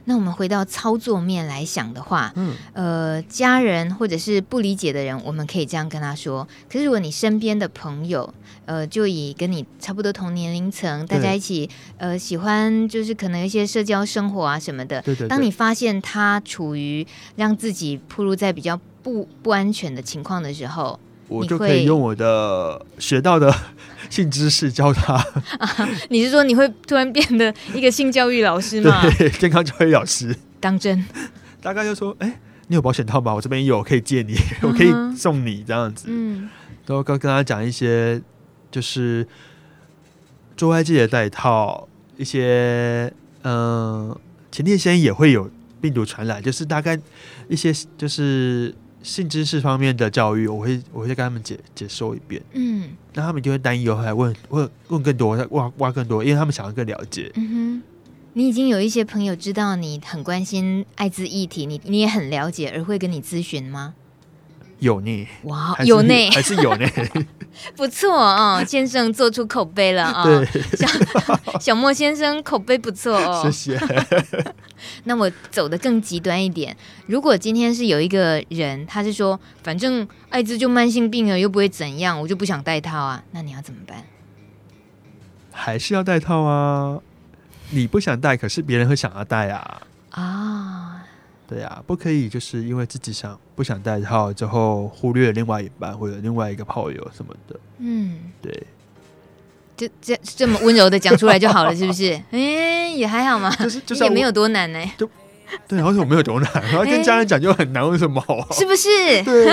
Speaker 1: 那我们回到操作面来想的话，
Speaker 2: 嗯，
Speaker 1: 呃，家人或者是不理解的人，我们可以这样跟他说。可是如果你身边的朋友，呃，就以跟你差不多同年龄层，大
Speaker 2: 对
Speaker 1: 家一起，呃，喜欢就是可能一些社交生活啊什么的。
Speaker 2: 对对对。
Speaker 1: 当你发现他处于让自己暴露在比较不不安全的情况的时候，
Speaker 2: 我
Speaker 1: 你
Speaker 2: 就可
Speaker 1: 会
Speaker 2: 以用我的学到的 性知识教他，
Speaker 1: 你是说你会突然变得一个性教育老师吗？
Speaker 2: 对健康教育老师，
Speaker 1: 当真？
Speaker 2: 大概就说，哎、你有保险套吗？我这边有，可以借你， 我可
Speaker 1: 嗯哼
Speaker 2: 以送你这样子。
Speaker 1: 嗯
Speaker 2: 然后跟跟他讲一些，就是做爱记得戴套，一些嗯、呃前列腺也会有病毒传染，就是大概一些就是性知识方面的教育，我会我会再跟他们解解说一遍。
Speaker 1: 嗯
Speaker 2: 那他们就会担忧，还问问问更多，挖挖更多，因为他们想要更了解。
Speaker 1: 嗯哼。你已经有一些朋友知道你很关心艾滋议题，你你也很了解，而会跟你咨询吗？
Speaker 2: 有呢，
Speaker 1: 哇，
Speaker 2: 还是
Speaker 1: 哦有内
Speaker 2: 还是有呢。
Speaker 1: 不错哦，先生做出口碑了 啊、
Speaker 2: 对，
Speaker 1: 小莫先生口碑不错哦
Speaker 2: 谢。谢。
Speaker 1: 那我走的更极端一点，如果今天是有一个人，他是说反正艾滋就慢性病了，又不会怎样，我就不想戴套啊，那你要怎么办？
Speaker 2: 还是要戴套啊，你不想戴，可是别人会想要戴啊。
Speaker 1: 啊、
Speaker 2: 对啊，不可以就是因为自己想不想戴套之后忽略另外一半或者另外一个炮友什么的。
Speaker 1: 嗯，
Speaker 2: 对，
Speaker 1: 就这这么温柔的讲出来就好了，是不是？ 哎、也还好嘛，
Speaker 2: 就是就是
Speaker 1: 也
Speaker 2: 要
Speaker 1: 没有多难呢、
Speaker 2: 对，而且我没有多难，然后跟家人讲就很难，为什么？
Speaker 1: 是不是？
Speaker 2: 对，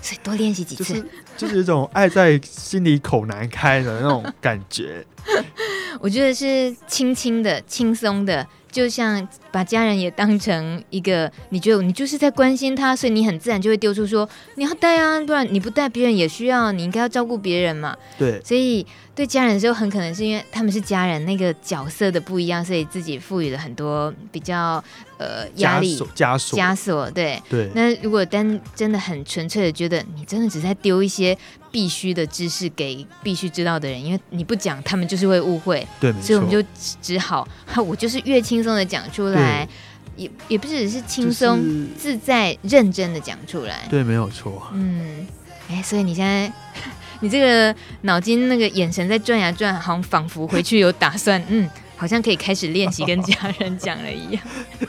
Speaker 1: 所以多练习几
Speaker 2: 就
Speaker 1: 次。
Speaker 2: 是就是一种爱在心里口难开的那种感觉。
Speaker 1: 我觉得是轻轻的、轻松的，就像把家人也当成一个，你觉得你就是在关心他，所以你很自然就会丢出说你要带啊，不然你不带别人也需要，你应该要照顾别人嘛。
Speaker 2: 对，
Speaker 1: 所以对家人的时候，很可能是因为他们是家人那个角色的不一样，所以自己赋予了很多比较呃 压力
Speaker 2: 枷锁枷锁，
Speaker 1: 枷锁。对，
Speaker 2: 对
Speaker 1: 那如果单真的很纯粹的觉得你真的只在丢一些必须的知识给必须知道的人，因为你不讲，他们就是会误会。
Speaker 2: 对，没
Speaker 1: 所以我们
Speaker 2: 错
Speaker 1: 就只只好，哈我就是越轻松的讲出来，也也不只是轻松、
Speaker 2: 就是
Speaker 1: 自在、认真的讲出来。
Speaker 2: 对，没有错。
Speaker 1: 嗯，哎，所以你现在 你这个脑筋那个眼神在转呀转，好像仿佛回去有打算，嗯。好像可以开始练习跟家人讲了一样。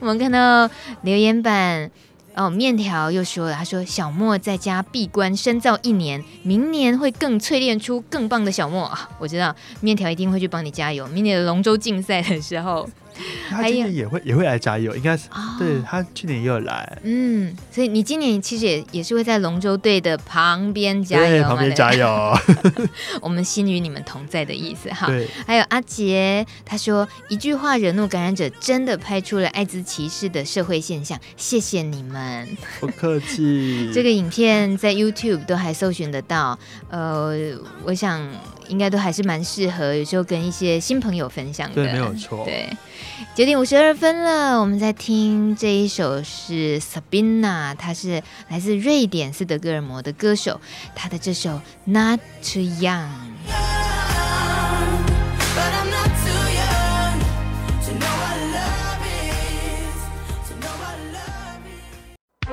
Speaker 1: 我们看到留言板哦，面条又说了，他说小莫在家闭关深造一年，明年会更淬炼出更棒的小莫啊！我知道面条一定会去帮你加油。明年的龙舟竞赛的时候
Speaker 2: 他
Speaker 1: 还有
Speaker 2: 今年也会也会来加油，应该是
Speaker 1: 啊，
Speaker 2: 对他去年也有来，
Speaker 1: 嗯，所以你今年其实也也是会在龙舟队的旁边加
Speaker 2: 对，
Speaker 1: 油嘛，
Speaker 2: 旁边
Speaker 1: 对
Speaker 2: 加油，
Speaker 1: 我们心与你们同在的意思哈。
Speaker 2: 对，
Speaker 1: 还有阿杰，他说一句话惹怒感染者，真的拍出了艾滋歧视的社会现象。谢谢你们，
Speaker 2: 不客气。
Speaker 1: 这个影片在 YouTube 都还搜寻得到。呃，我想应该都还是蛮适合，有时候跟一些新朋友分享的。
Speaker 2: 对，没有错。
Speaker 1: 对，九点五十二分了，我们在听这一首是 Sabina，她是来自瑞典斯德哥尔摩的歌手，她的这首《Not Too Young》。
Speaker 5: But I'm not too young to know what love is. To know what love is.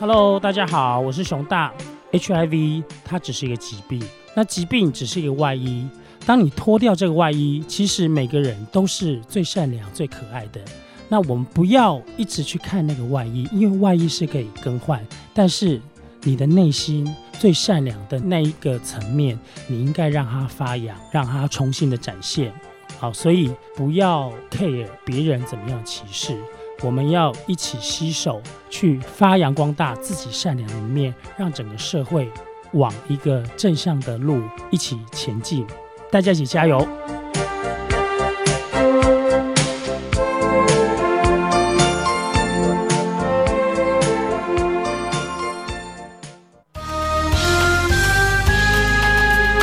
Speaker 6: Hello，大家好，我是熊大。HIV 它只是一个疾病，那疾病只是一个外衣。当你脱掉这个外衣，其实每个人都是最善良、最可爱的。那我们不要一直去看那个外衣，因为外衣是可以更换，但是你的内心最善良的那一个层面，你应该让它发扬，让它重新的展现。好，所以不要 care 别人怎么样歧视，我们要一起携手去发扬光大自己善良的一面，让整个社会往一个正向的路一起前进。大家一起加油！
Speaker 5: Love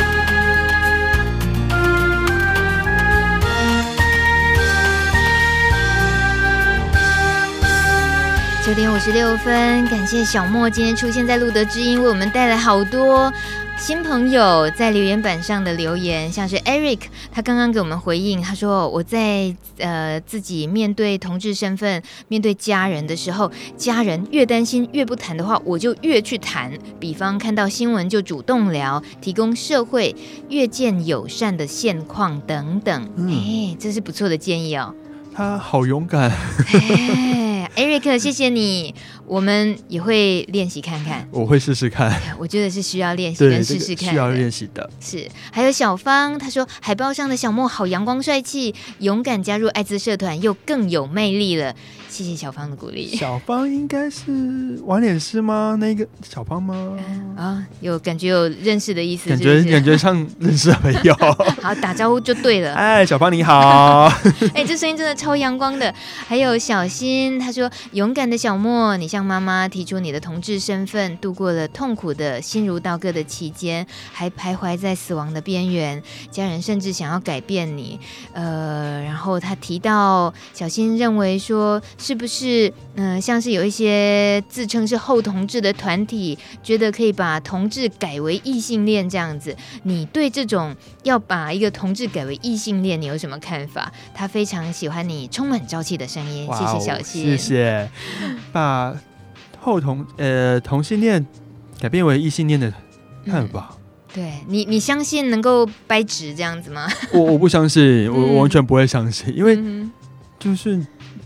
Speaker 1: 九点五十六分，感谢小莫今天出现在路德之音，为我们带来好多新朋友在留言板上的留言，像是 Eric，他刚刚给我们回应，他说我在呃自己面对同志身份、面对家人的时候，家人越担心越不谈的话，我就越去谈，比方看到新闻就主动聊，提供社会越见友善的现况等等，哎、
Speaker 2: 嗯
Speaker 1: 这是不错的建议哦。
Speaker 2: 他好勇敢，
Speaker 1: 哎，Eric，谢谢你，我们也会练习看看。
Speaker 2: 我会试 试看。
Speaker 1: 我觉得是需要练习
Speaker 2: 对，
Speaker 1: 跟
Speaker 2: 这
Speaker 1: 试
Speaker 2: 个
Speaker 1: 试看
Speaker 2: 需要
Speaker 1: 的。
Speaker 2: 练习的。
Speaker 1: 是，还有小芳，她说海报上的小莫好阳光帅气，勇敢加入艾滋社团又更有魅力了。谢谢小芳的鼓励
Speaker 2: 小芳应该是晚点师吗？那个小芳吗？
Speaker 1: 啊、有感觉有认识的意思，
Speaker 2: 感
Speaker 1: 是
Speaker 2: 觉
Speaker 1: 不是
Speaker 2: 感觉像认识的朋友。
Speaker 1: 好打招呼就对 了。
Speaker 2: 哎，小芳你好，
Speaker 1: 哎、这声音真的超阳光的。还有小新，他说：“勇敢的小莫，你向妈妈提出你的同志身份，度过了痛苦的心如刀割的期间，还徘徊在死亡的边缘，家人甚至想要改变你。呃，然后他提到小新认为说，是不是嗯、呃像是有一些自称是后同志的团体，觉得可以把同志改为异性恋这样子？你对这种要把一个同志改为异性恋，你有什么看法？他非常喜欢你充满朝气的声音， 谢
Speaker 2: 哇
Speaker 1: 谢
Speaker 2: 哦
Speaker 1: 小新，
Speaker 2: 谢谢。把后同呃同性恋改变为异性恋的看
Speaker 1: 嗯
Speaker 2: 法，
Speaker 1: 对你，你相信能够掰直这样子吗？
Speaker 2: 我我不相信，我
Speaker 1: 嗯
Speaker 2: 我完全不会相信，因为
Speaker 1: 嗯
Speaker 2: 就是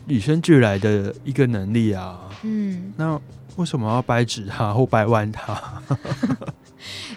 Speaker 2: 与生俱来的一个能力啊。
Speaker 1: 哼嗯，
Speaker 2: 那为什么要掰直它或掰弯它？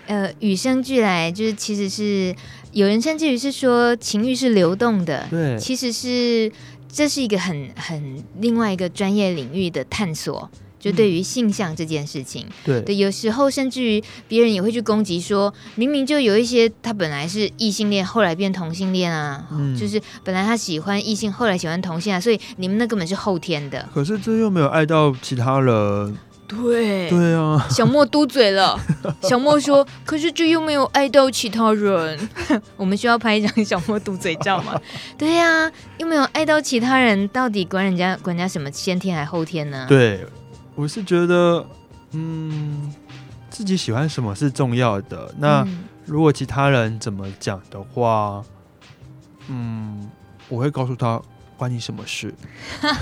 Speaker 1: 呃，与生俱来就是其实是有人甚至于是说情欲是流动的，
Speaker 2: 对，
Speaker 1: 其实是这是一个很很另外一个专业领域的探索，就对于性向这件事情。
Speaker 2: 对，
Speaker 1: 对，有时候甚至于别人也会去攻击说，明明就有一些他本来是异性恋，后来变同性恋啊，
Speaker 2: 嗯
Speaker 1: 就是本来他喜欢异性，后来喜欢同性啊，所以你们那根本是后天的。
Speaker 2: 可是这又没有爱到其他人。
Speaker 1: 对
Speaker 2: 对啊，
Speaker 1: 小莫嘟嘴 了。小莫说：“可是这又没有爱到其他人。” 我们需要拍一张小莫嘟嘴照吗？ 对呀、又没有爱到其他人，到底管人家管人家什么先天还后天呢？
Speaker 2: 对，我是觉得，嗯，自己喜欢什么是重要的。那、
Speaker 1: 嗯
Speaker 2: 如果其他人怎么讲的话，嗯，我会告诉他关你什么事。
Speaker 1: 嗯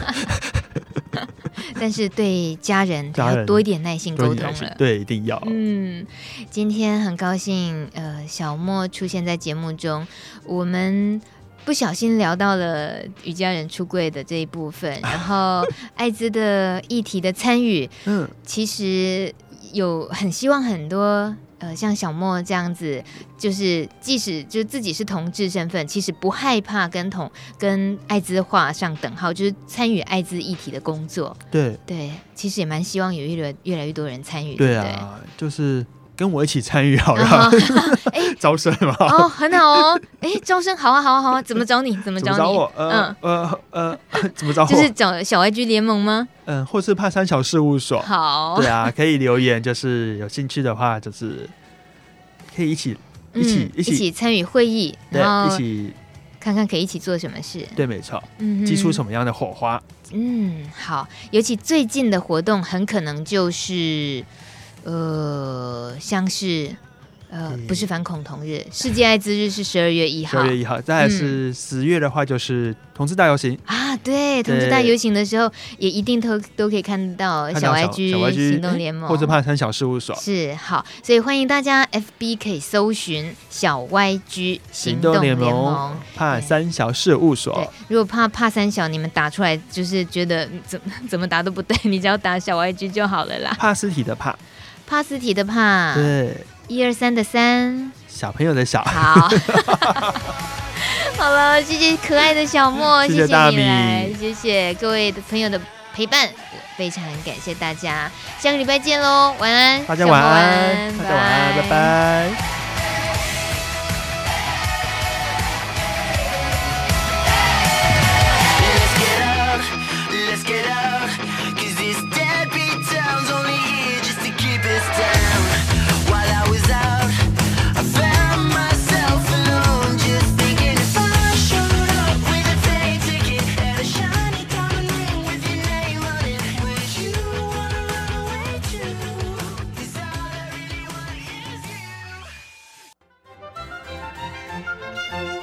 Speaker 1: 但是对家人
Speaker 2: 家人
Speaker 1: 要多一点耐心沟通了。
Speaker 2: 对，一定要。
Speaker 1: 嗯，今天很高兴，呃，小莫出现在节目中，我们。不小心聊到了与家人出柜的这一部分，然后艾滋的议题的参与，
Speaker 2: 嗯，
Speaker 1: 其实有很希望很多呃，像小莫这样子，就是即使就自己是同志身份，其实不害怕跟同跟艾滋画上等号，就是参与艾滋议题的工作。
Speaker 2: 对，
Speaker 1: 对，其实也蛮希望有越来越来越多人参与，
Speaker 2: 对
Speaker 1: 不对？
Speaker 2: 啊，就是跟我一起参与好
Speaker 1: 然后
Speaker 2: 了， 招生嘛。
Speaker 1: 哦，很好哦，哎，招生好啊，好啊，好啊，怎么找你？怎么
Speaker 2: 怎
Speaker 1: 找
Speaker 2: 么找
Speaker 1: 你？嗯
Speaker 2: 我？呃呃呃， 怎么找我？
Speaker 1: 就是找小 YG 联盟吗？
Speaker 2: 嗯，或是帕三小事务所。
Speaker 1: 好
Speaker 2: 对，啊，可以留言，就是有兴趣的话，就是可以一起一起
Speaker 1: 嗯
Speaker 2: 一
Speaker 1: 一
Speaker 2: 起
Speaker 1: 起参与会议，
Speaker 2: 对
Speaker 1: 然
Speaker 2: 一
Speaker 1: 后
Speaker 2: 起
Speaker 1: 看看可以一起做什么事，
Speaker 2: 对，没错，
Speaker 1: 嗯哼，
Speaker 2: 激出什么样的火花？
Speaker 1: 嗯，好，尤其最近的活动很可能就是，呃，像是，呃，
Speaker 2: 嗯
Speaker 1: 不是反恐同日，世界艾滋日是十二月一
Speaker 2: 十
Speaker 1: 号
Speaker 2: 二月一号，再来
Speaker 1: 嗯
Speaker 2: 是十月的话，就是同志大游行，
Speaker 1: 啊，对，同志大
Speaker 2: 对
Speaker 1: 游行的时候也一定都都可以看到
Speaker 2: 看到小
Speaker 1: YG
Speaker 2: 小 YG
Speaker 1: 行动联盟
Speaker 2: 或者帕三小事务所。
Speaker 1: 是好，所以欢迎大家 FB 可以搜寻小 YG 行动联
Speaker 2: 行动联
Speaker 1: 盟
Speaker 2: 盟。帕三小事务所
Speaker 1: 对，，如果怕怕三小，你们打出来就是觉得嗯怎么怎么打都不对，你只要打小 YG 就好了啦。
Speaker 2: 帕斯体的帕，
Speaker 1: 帕斯体的帕，
Speaker 2: 对，
Speaker 1: 一二三的三，
Speaker 2: 小朋友 的小，
Speaker 1: 好。好了，谢谢可爱的小莫，
Speaker 2: 谢
Speaker 1: 谢
Speaker 2: 谢
Speaker 1: 谢
Speaker 2: 大
Speaker 1: 你来，
Speaker 2: 米
Speaker 1: 谢谢各位的朋友的陪伴，非常感谢大家，下个礼拜见喽，晚安，
Speaker 2: 大家
Speaker 1: 小莫
Speaker 2: 晚
Speaker 1: 晚
Speaker 2: 安，大家晚安，拜拜。
Speaker 5: Let's get up, let's get up. Cause this deadbeat town's only here just to keep us down. While I was out, I found myself alone, just thinking if I showed up with a plane ticket and a shiny diamond ring with your name on it, would you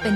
Speaker 1: 本